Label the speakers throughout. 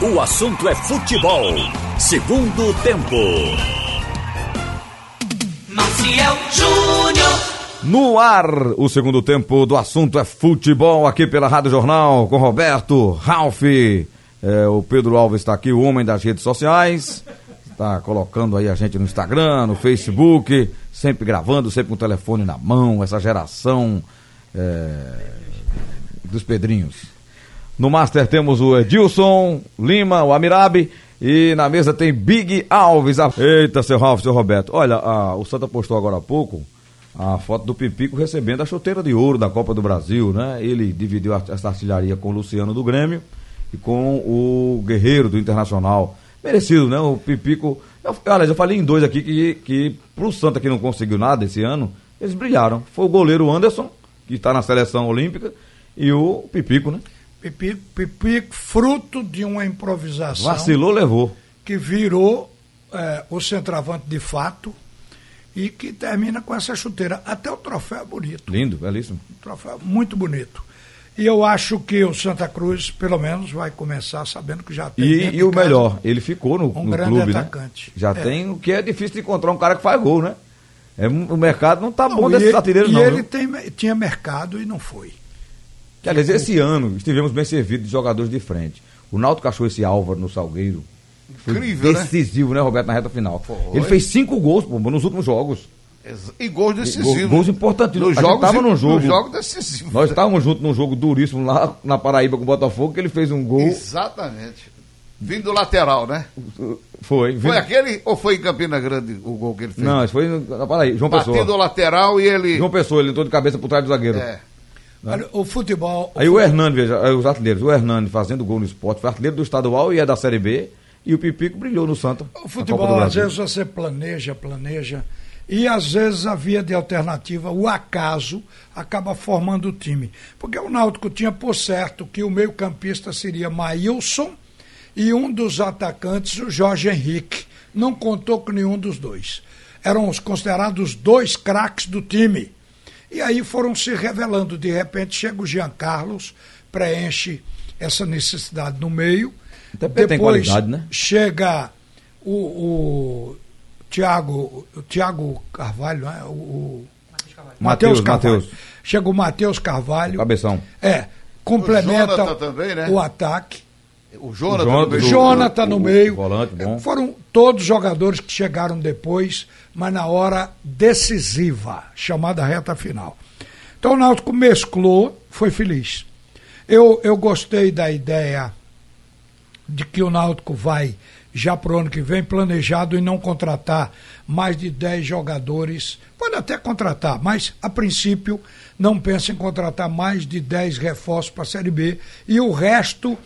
Speaker 1: O assunto é futebol. Segundo tempo.
Speaker 2: Maciel Júnior.
Speaker 3: No ar, o segundo tempo do assunto é futebol aqui pela Rádio Jornal com Roberto, Ralf, é, o Pedro Alves está aqui, o homem das redes sociais, está colocando aí a gente no Instagram, no Facebook, sempre gravando, sempre com o telefone na mão, essa geração é, dos Pedrinhos. No Master temos o Edilson Lima, o Amirabe, e na mesa tem Big Alves. A... Eita, seu Ralf, seu Roberto. Olha, a- o Santa postou agora há pouco a foto do Pipico recebendo a chuteira de ouro da Copa do Brasil, né? Ele dividiu a- essa artilharia com o Luciano do Grêmio e com o Guerreiro do Internacional. Merecido, né? O Pipico. Eu, aliás, eu falei em dois aqui que, que pro Santa que não conseguiu nada esse ano, eles brilharam. Foi o goleiro Anderson, que está na seleção olímpica, e o Pipico, né?
Speaker 4: Pipico, Pipico, fruto de uma improvisação
Speaker 3: Vacilou, levou.
Speaker 4: que virou eh, o centroavante de fato e que termina com essa chuteira. Até o troféu é bonito,
Speaker 3: Lindo, belíssimo.
Speaker 4: um troféu muito bonito. E eu acho que o Santa Cruz, pelo menos, vai começar sabendo que já tem. dentro
Speaker 3: E,
Speaker 4: de
Speaker 3: e o
Speaker 4: casa
Speaker 3: melhor, ele ficou no,
Speaker 4: um
Speaker 3: no
Speaker 4: grande
Speaker 3: clube,
Speaker 4: atacante.
Speaker 3: né? Já
Speaker 4: É.
Speaker 3: tem o que é difícil de encontrar um cara que faz gol, né? É, um- o mercado não tá
Speaker 4: Não,
Speaker 3: bom
Speaker 4: e
Speaker 3: desses
Speaker 4: ele-
Speaker 3: artilheiros,
Speaker 4: e
Speaker 3: não.
Speaker 4: ele
Speaker 3: viu?
Speaker 4: tem- tinha mercado e não foi.
Speaker 3: Que, aliás, esse ano estivemos bem servidos de jogadores de frente. O Náutico achou esse Álvaro no Salgueiro. Foi
Speaker 5: Incrível, né?
Speaker 3: decisivo, né? Roberto, na reta final. Ele fez cinco gols pô, nos últimos jogos.
Speaker 5: Ex- E gols
Speaker 3: Go-
Speaker 5: decisivos. né?
Speaker 3: Gols importantíssimos.
Speaker 5: Nos
Speaker 3: A gente
Speaker 5: jogos,
Speaker 3: tava num jogo.
Speaker 5: Nos jogos decisivos.
Speaker 3: Nós tá- estávamos juntos num jogo duríssimo lá na Paraíba com o Botafogo, que ele fez um gol.
Speaker 5: Exatamente. Vindo do lateral, né?
Speaker 3: Foi.
Speaker 5: Foi
Speaker 3: vindo-
Speaker 5: aquele ou foi em Campina Grande o gol que ele fez?
Speaker 3: Não, isso foi na Paraíba. João Pessoa.
Speaker 5: Partido lateral e ele.
Speaker 3: João Pessoa, ele entrou de cabeça por trás do zagueiro.
Speaker 5: É.
Speaker 3: Né?
Speaker 4: Olha, o futebol.
Speaker 3: Aí o Hernani, veja, aí os artilheiros, o Hernani fazendo gol no esporte, foi artilheiro do estadual e é da Série B, e o Pipico brilhou no Santa.
Speaker 4: O
Speaker 3: na Copa
Speaker 4: futebol,
Speaker 3: do
Speaker 4: às
Speaker 3: Brasil.
Speaker 4: vezes, você planeja, planeja, e às vezes a via de alternativa, o acaso, acaba formando o time. Porque o Náutico tinha por certo que o meio-campista seria Maílson e um dos atacantes, o Jorge Henrique. Não contou com nenhum dos dois. Eram os considerados dois craques do time. E aí foram se revelando. De repente chega o Jean Carlos, preenche essa necessidade no meio.
Speaker 3: Até porque tem qualidade, né?
Speaker 4: Chega o, o Tiago o Thiago Carvalho, né? o, o
Speaker 3: Matheus,
Speaker 4: Matheus Carvalho.
Speaker 3: Matheus.
Speaker 4: Chega o Matheus Carvalho.
Speaker 3: Cabeção.
Speaker 4: É, complementa
Speaker 5: O Jonathan também, né?
Speaker 4: o ataque.
Speaker 5: O
Speaker 3: O
Speaker 5: Jonathan.
Speaker 3: Jonathan
Speaker 5: também
Speaker 3: do-
Speaker 5: jogou.
Speaker 4: Jonathan
Speaker 3: o-
Speaker 4: no
Speaker 3: o
Speaker 4: meio.
Speaker 3: volante, bom.
Speaker 4: Foram todos jogadores que chegaram depois, mas na hora decisiva, chamada reta final. Então o Náutico mesclou, foi feliz. Eu, eu gostei da ideia de que o Náutico vai, já para o ano que vem, planejado em não contratar mais de 10 jogadores. Pode até contratar, mas a princípio não pensa em contratar mais de 10 reforços para a Série B. E o resto,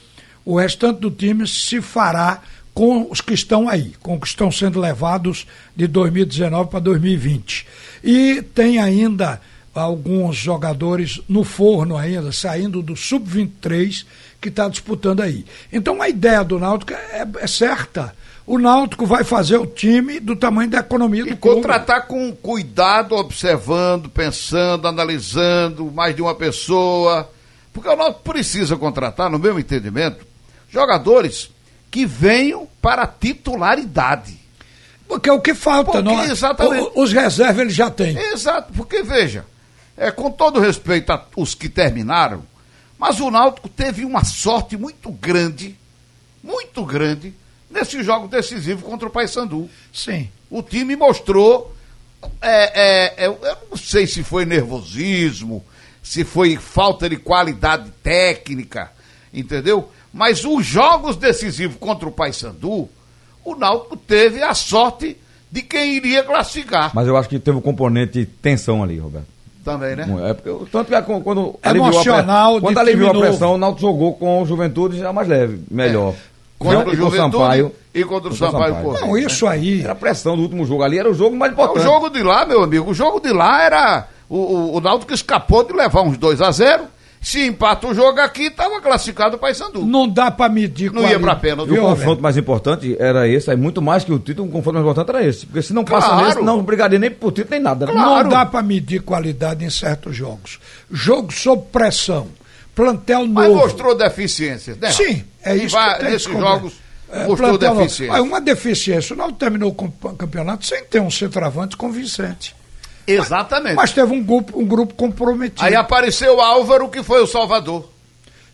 Speaker 4: o restante do time se fará com os que estão aí, com os que estão sendo levados de 2019 para 2020. E tem ainda alguns jogadores no forno ainda, saindo do sub-23 que está disputando aí. Então a ideia do Náutico é, é certa. O Náutico vai fazer o time do tamanho da economia
Speaker 5: E
Speaker 4: do clube.
Speaker 5: contratar com cuidado, observando, pensando, analisando, mais de uma pessoa. Porque o Náutico precisa contratar, no meu entendimento, jogadores que venham para a titularidade.
Speaker 4: Porque é o que falta,
Speaker 5: Porque,
Speaker 4: não é?
Speaker 5: exatamente. É,
Speaker 4: O- Os reservas ele já tem.
Speaker 5: Exato, porque veja, é, com todo respeito aos que terminaram, mas o Náutico teve uma sorte muito grande, muito grande, nesse jogo decisivo contra o Paysandu.
Speaker 4: Sim.
Speaker 5: O time mostrou. é, é, é, eu não sei se foi nervosismo, se foi falta de qualidade técnica, entendeu? Mas os jogos decisivos contra o Paysandu, o Náutico teve a sorte de quem iria classificar
Speaker 3: Mas eu acho que teve um componente de tensão ali, Roberto.
Speaker 5: também, né?
Speaker 3: É porque, tanto que a- quando
Speaker 4: Emocional
Speaker 3: aliviou a, pre-
Speaker 4: de
Speaker 3: quando aliviou a
Speaker 4: time novo.
Speaker 3: pressão, o Náutico jogou com o Juventude já mais leve, melhor.
Speaker 5: É. Contra
Speaker 3: Não,
Speaker 5: o
Speaker 3: e com
Speaker 5: Juventude e contra o Sampaio Corrêa.
Speaker 4: Não, Então, isso aí.
Speaker 3: Era a pressão do último jogo ali, era o jogo mais
Speaker 5: É O
Speaker 3: importante.
Speaker 4: É.
Speaker 5: jogo de lá, meu amigo, o jogo de lá era. O, o, o Náutico escapou de levar uns 2 a 0 Se empata o jogo aqui, estava classificado o Paysandu.
Speaker 4: Não dá para medir
Speaker 5: Não ia
Speaker 4: quali-
Speaker 5: pra pênalti.
Speaker 3: E o
Speaker 4: Viu,
Speaker 3: confronto
Speaker 4: Roberto?
Speaker 3: mais importante era esse, aí muito mais que o título, o confronto mais importante era esse. Porque se não passa
Speaker 5: Claro.
Speaker 3: nesse, não brigaria nem por título, nem nada. né?
Speaker 4: Não dá para medir qualidade em certos jogos. Jogo sob pressão. plantel
Speaker 5: Mas
Speaker 4: novo.
Speaker 5: mostrou deficiências, né?
Speaker 4: Sim, é
Speaker 5: E
Speaker 4: isso
Speaker 5: vai-
Speaker 4: que tem
Speaker 5: Nesses
Speaker 4: que combater.
Speaker 5: jogos
Speaker 4: É,
Speaker 5: mostrou
Speaker 4: plantel novo.
Speaker 5: deficiências.
Speaker 4: Ah, Uma deficiência. O Náutico terminou o campe- campeonato sem ter um centroavante convincente.
Speaker 5: Exatamente.
Speaker 4: Mas teve um grupo, um grupo comprometido.
Speaker 5: Aí apareceu o Álvaro, que foi o salvador.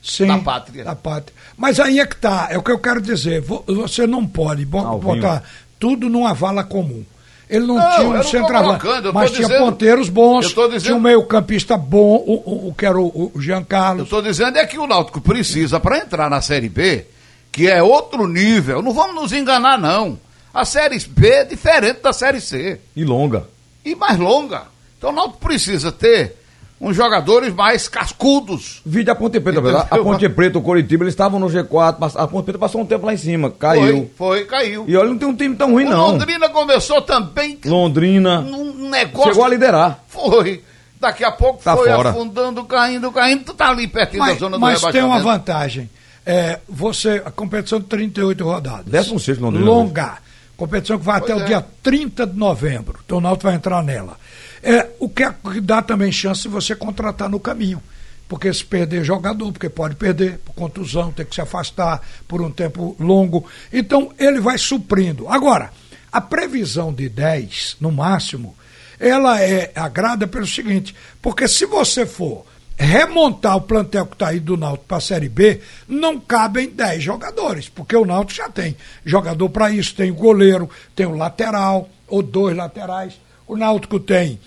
Speaker 4: Sim,
Speaker 5: da pátria.
Speaker 4: da pátria. Mas aí é que tá, é o que eu quero dizer. Vo- Você não pode bo-
Speaker 3: Alvinho.
Speaker 4: botar tudo numa vala comum. Ele não,
Speaker 5: Não,
Speaker 4: tinha
Speaker 5: eu não
Speaker 4: um
Speaker 5: tô
Speaker 4: centroavante,
Speaker 5: colocando, eu tô
Speaker 4: mas tinha
Speaker 5: dizendo-
Speaker 4: ponteiros bons,
Speaker 5: eu tô dizendo-
Speaker 4: tinha um meio-campista bom, o, o, o que era o, o Jean
Speaker 5: Eu
Speaker 4: Carlos.
Speaker 5: estou dizendo é que o Náutico precisa, para entrar na Série B, que é outro nível. Não vamos nos enganar, não. A Série B é diferente da Série C.
Speaker 3: E longa.
Speaker 5: E mais longa. Então o Náutico precisa ter uns jogadores mais cascudos.
Speaker 3: Vide a Ponte Preta,
Speaker 5: Entendeu?
Speaker 3: a Ponte Preta, o Coritiba, eles estavam no G4, mas a Ponte Preta passou um tempo lá em cima, caiu.
Speaker 5: Foi, foi caiu.
Speaker 3: E olha, não tem um time tão ruim,
Speaker 5: o
Speaker 3: não.
Speaker 5: Londrina começou também
Speaker 3: Londrina
Speaker 5: num negócio.
Speaker 3: chegou a liderar.
Speaker 5: Foi. Daqui a pouco
Speaker 3: Tá
Speaker 5: foi
Speaker 3: fora.
Speaker 5: afundando, caindo, caindo. Tu tá ali pertinho da
Speaker 4: Mas,
Speaker 5: zona
Speaker 4: mas
Speaker 5: do
Speaker 4: tem uma
Speaker 5: rebaixamento.
Speaker 4: vantagem. É, você, a competição de 38 rodadas.
Speaker 3: 16º Londrina
Speaker 4: Longa. Competição que vai até
Speaker 5: Pois
Speaker 4: o
Speaker 5: é.
Speaker 4: dia 30 de novembro. Então o Náutico vai entrar nela. É, o que é que dá também chance de você contratar no caminho. Porque se perder jogador, porque pode perder, por contusão, ter que se afastar por um tempo longo. Então ele vai suprindo. Agora, a previsão de 10, no máximo, ela é agrada pelo seguinte, porque se você for remontar o plantel que está aí do Náutico para a Série B, não cabem 10 jogadores, porque o Náutico já tem jogador para isso, tem o goleiro, tem o lateral, ou dois laterais. O Náutico tem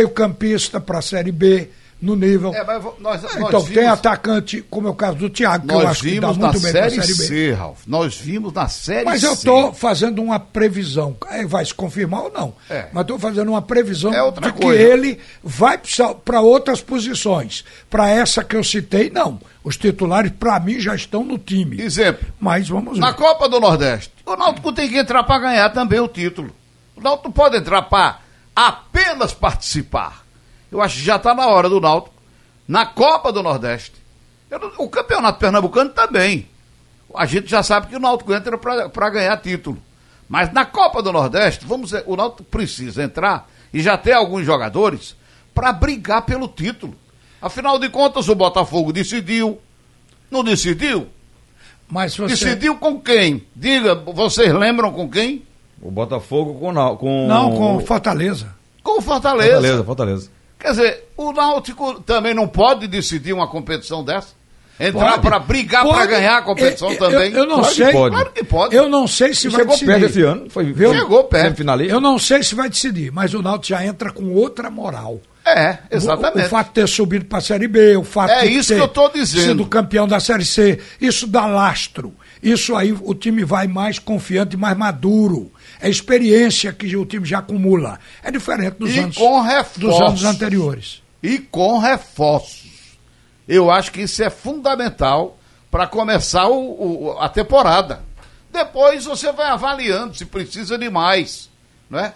Speaker 4: meio-campista para a Série B, no nível.
Speaker 5: É, mas vo- nós- nós
Speaker 4: então, tem
Speaker 5: vimos-
Speaker 4: atacante, como é o caso do Thiago, que eu
Speaker 5: Nós
Speaker 4: acho que dá
Speaker 5: vimos na
Speaker 4: muito bem para a
Speaker 5: série,
Speaker 4: Série B.
Speaker 5: C, Ralf. Nós vimos na série
Speaker 4: Mas
Speaker 5: C.
Speaker 4: eu estou fazendo uma previsão. É, Vai se confirmar ou não?
Speaker 5: É.
Speaker 4: Mas estou fazendo uma previsão
Speaker 5: É outra
Speaker 4: de que
Speaker 5: coisa.
Speaker 4: ele vai para outras posições. Para essa que eu citei, não. Os titulares, para mim, já estão no time.
Speaker 5: Exemplo.
Speaker 4: Mas vamos
Speaker 5: Na
Speaker 4: ver.
Speaker 5: Copa do Nordeste, o Náutico tem que entrar para ganhar também o título. O Náutico não pode entrar para apenas participar. Eu acho que já está na hora do Náutico. Na Copa do Nordeste, eu não- o Campeonato Pernambucano também. A gente já sabe que o Náutico entra para ganhar título. Mas na Copa do Nordeste, vamos, dizer, o Náutico precisa entrar e já ter alguns jogadores para brigar pelo título. Afinal de contas, o Botafogo decidiu. Não decidiu?
Speaker 4: Mas você.
Speaker 5: Decidiu com quem? Diga, vocês lembram com quem?
Speaker 3: O Botafogo com. o Nau- com
Speaker 4: Não, com Fortaleza.
Speaker 5: Com o Fortaleza.
Speaker 3: Fortaleza, Fortaleza.
Speaker 5: Quer dizer, o Náutico também não pode decidir uma competição dessa? Entrar
Speaker 4: Pode.
Speaker 5: para brigar
Speaker 4: Pode. É,
Speaker 5: para ganhar a competição
Speaker 4: Eu- eu-
Speaker 5: também?
Speaker 4: Eu, não
Speaker 3: Claro que
Speaker 4: sei.
Speaker 3: pode.
Speaker 5: Claro que pode.
Speaker 4: Eu não sei se
Speaker 3: E
Speaker 4: vai
Speaker 3: chegou
Speaker 4: decidir.
Speaker 3: perto esse ano, foi, viu?
Speaker 5: Chegou perto.
Speaker 3: Semifinalista.
Speaker 4: Eu não sei se vai decidir, mas o Náutico já entra com outra moral.
Speaker 5: É,
Speaker 4: O,
Speaker 5: exatamente.
Speaker 4: o fato de ter subido para a Série B, o fato
Speaker 5: É
Speaker 4: de
Speaker 5: isso
Speaker 4: ter
Speaker 5: que eu tô dizendo.
Speaker 4: sido campeão da Série C, isso dá lastro. Isso aí o time vai mais confiante, mais maduro. É experiência que o time já acumula. É diferente dos,
Speaker 5: E
Speaker 4: anos,
Speaker 5: com
Speaker 4: dos
Speaker 5: reforços.
Speaker 4: anos anteriores.
Speaker 5: E com reforços. Eu acho que isso é fundamental para começar o- o- a temporada. Depois você vai avaliando se precisa de mais, né?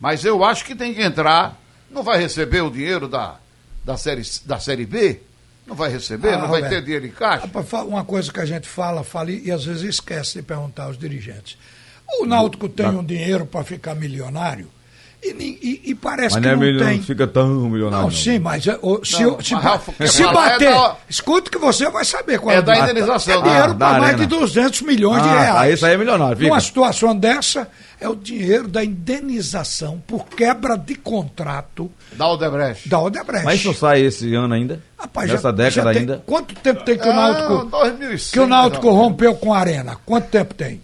Speaker 5: Mas eu acho que tem que entrar. Não vai receber o dinheiro da, da, série, da série B? Não vai receber?
Speaker 4: Ah,
Speaker 5: não vai
Speaker 4: Roberto.
Speaker 5: ter dinheiro em caixa?
Speaker 4: Rapaz, fala Uma coisa que a gente fala, fala e e às vezes esquece de perguntar aos dirigentes. O Náutico tem um dinheiro para ficar milionário e, nin- e- e
Speaker 3: Mas
Speaker 4: parece que
Speaker 3: não é
Speaker 4: não
Speaker 3: milionário,
Speaker 4: tem.
Speaker 3: não fica tão milionário.
Speaker 4: Não, sim, mas eh, o- se,
Speaker 5: Não,
Speaker 4: se,
Speaker 5: mas,
Speaker 4: ba-
Speaker 5: Ralf, o que
Speaker 4: se
Speaker 5: fala é
Speaker 4: bater,
Speaker 5: da-
Speaker 4: escute que você vai saber qual é,
Speaker 5: É
Speaker 4: o
Speaker 5: da
Speaker 4: dinheiro.
Speaker 5: indenização,
Speaker 4: É
Speaker 5: da-
Speaker 4: dinheiro
Speaker 3: Ah, da
Speaker 4: para mais
Speaker 3: arena.
Speaker 4: de 200 milhões de
Speaker 3: Ah,
Speaker 4: reais.
Speaker 3: aí isso aí é milionário, fica.
Speaker 4: Numa situação dessa, é o dinheiro da indenização por quebra de contrato
Speaker 5: Da Aldebrecht.
Speaker 4: da Odebrecht.
Speaker 3: Mas isso não sai esse ano ainda?
Speaker 4: Rapaz, já-
Speaker 3: Nessa
Speaker 4: já
Speaker 3: década
Speaker 4: tem-
Speaker 3: ainda?
Speaker 4: Quanto tempo tem que o
Speaker 5: Ah,
Speaker 4: Náutico...
Speaker 5: 2006,
Speaker 4: que o Náutico
Speaker 5: não.
Speaker 4: rompeu com a Arena. Quanto tempo tem?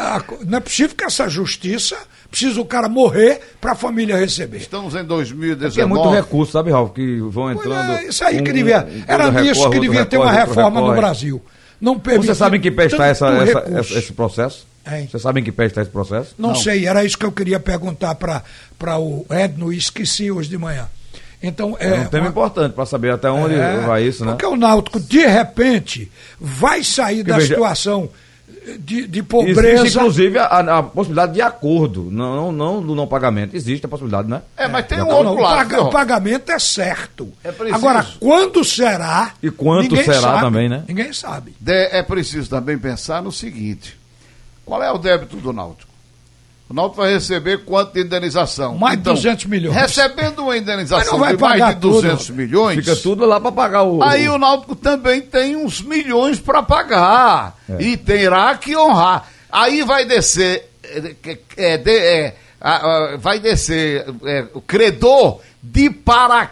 Speaker 4: Ah, co- Não é possível que essa justiça precisa o cara morrer para a família receber.
Speaker 5: Estamos
Speaker 3: Porque
Speaker 5: em
Speaker 3: é muito
Speaker 5: 2019.
Speaker 3: recurso, sabe, Ralf? Que vão
Speaker 4: Pois
Speaker 3: entrando.
Speaker 4: é, isso aí que
Speaker 3: um-
Speaker 4: devia.
Speaker 3: um-
Speaker 4: era
Speaker 3: outro
Speaker 4: nisso que
Speaker 3: recorre,
Speaker 4: devia
Speaker 3: outro
Speaker 4: ter uma
Speaker 3: recorre, outro
Speaker 4: reforma no
Speaker 3: recorre.
Speaker 4: Brasil. Não permitir
Speaker 3: Vocês sabem que pé está
Speaker 4: É
Speaker 3: essa,
Speaker 4: tanto
Speaker 3: essa-
Speaker 4: recurso.
Speaker 3: essa- esse processo?
Speaker 4: Hein?
Speaker 3: Vocês sabem que pé está esse processo?
Speaker 4: Não, sei, era isso que eu queria perguntar para o Edno e esqueci hoje de manhã. Então, é,
Speaker 3: É um tema
Speaker 4: uma-
Speaker 3: importante para saber até onde
Speaker 4: É,
Speaker 3: vai isso, né?
Speaker 4: Porque o Náutico, de repente, vai sair da
Speaker 3: veja-
Speaker 4: situação de, de
Speaker 3: Existe,
Speaker 4: é pobreza.
Speaker 3: inclusive, a, a- a possibilidade de acordo, não, não, não do não pagamento. Existe a possibilidade, né?
Speaker 5: É, mas tem um
Speaker 4: Não,
Speaker 5: outro
Speaker 4: não, o
Speaker 5: lado.
Speaker 4: paga-
Speaker 5: viu,
Speaker 4: o
Speaker 5: Ralf?
Speaker 4: pagamento é certo.
Speaker 5: É preciso.
Speaker 4: Agora, quando será?
Speaker 3: E quanto
Speaker 4: ninguém
Speaker 3: será
Speaker 4: sabe.
Speaker 3: também, né?
Speaker 4: Ninguém sabe.
Speaker 5: De- é preciso também pensar no seguinte: qual é o débito do Náutico? O Náutico vai receber quanto de indenização? Então,
Speaker 4: Mais 200 milhões.
Speaker 5: Recebendo uma
Speaker 4: Mas
Speaker 5: indenização
Speaker 4: não vai
Speaker 5: de mais
Speaker 4: pagar
Speaker 5: de 200
Speaker 4: tudo.
Speaker 5: milhões,
Speaker 3: Fica tudo lá pra pagar o.
Speaker 5: aí o Náutico também tem uns milhões para pagar.
Speaker 3: É.
Speaker 5: E terá que honrar. Aí vai descer. eh, que- eh, de- eh, ah, ah, vai descer eh, o credor de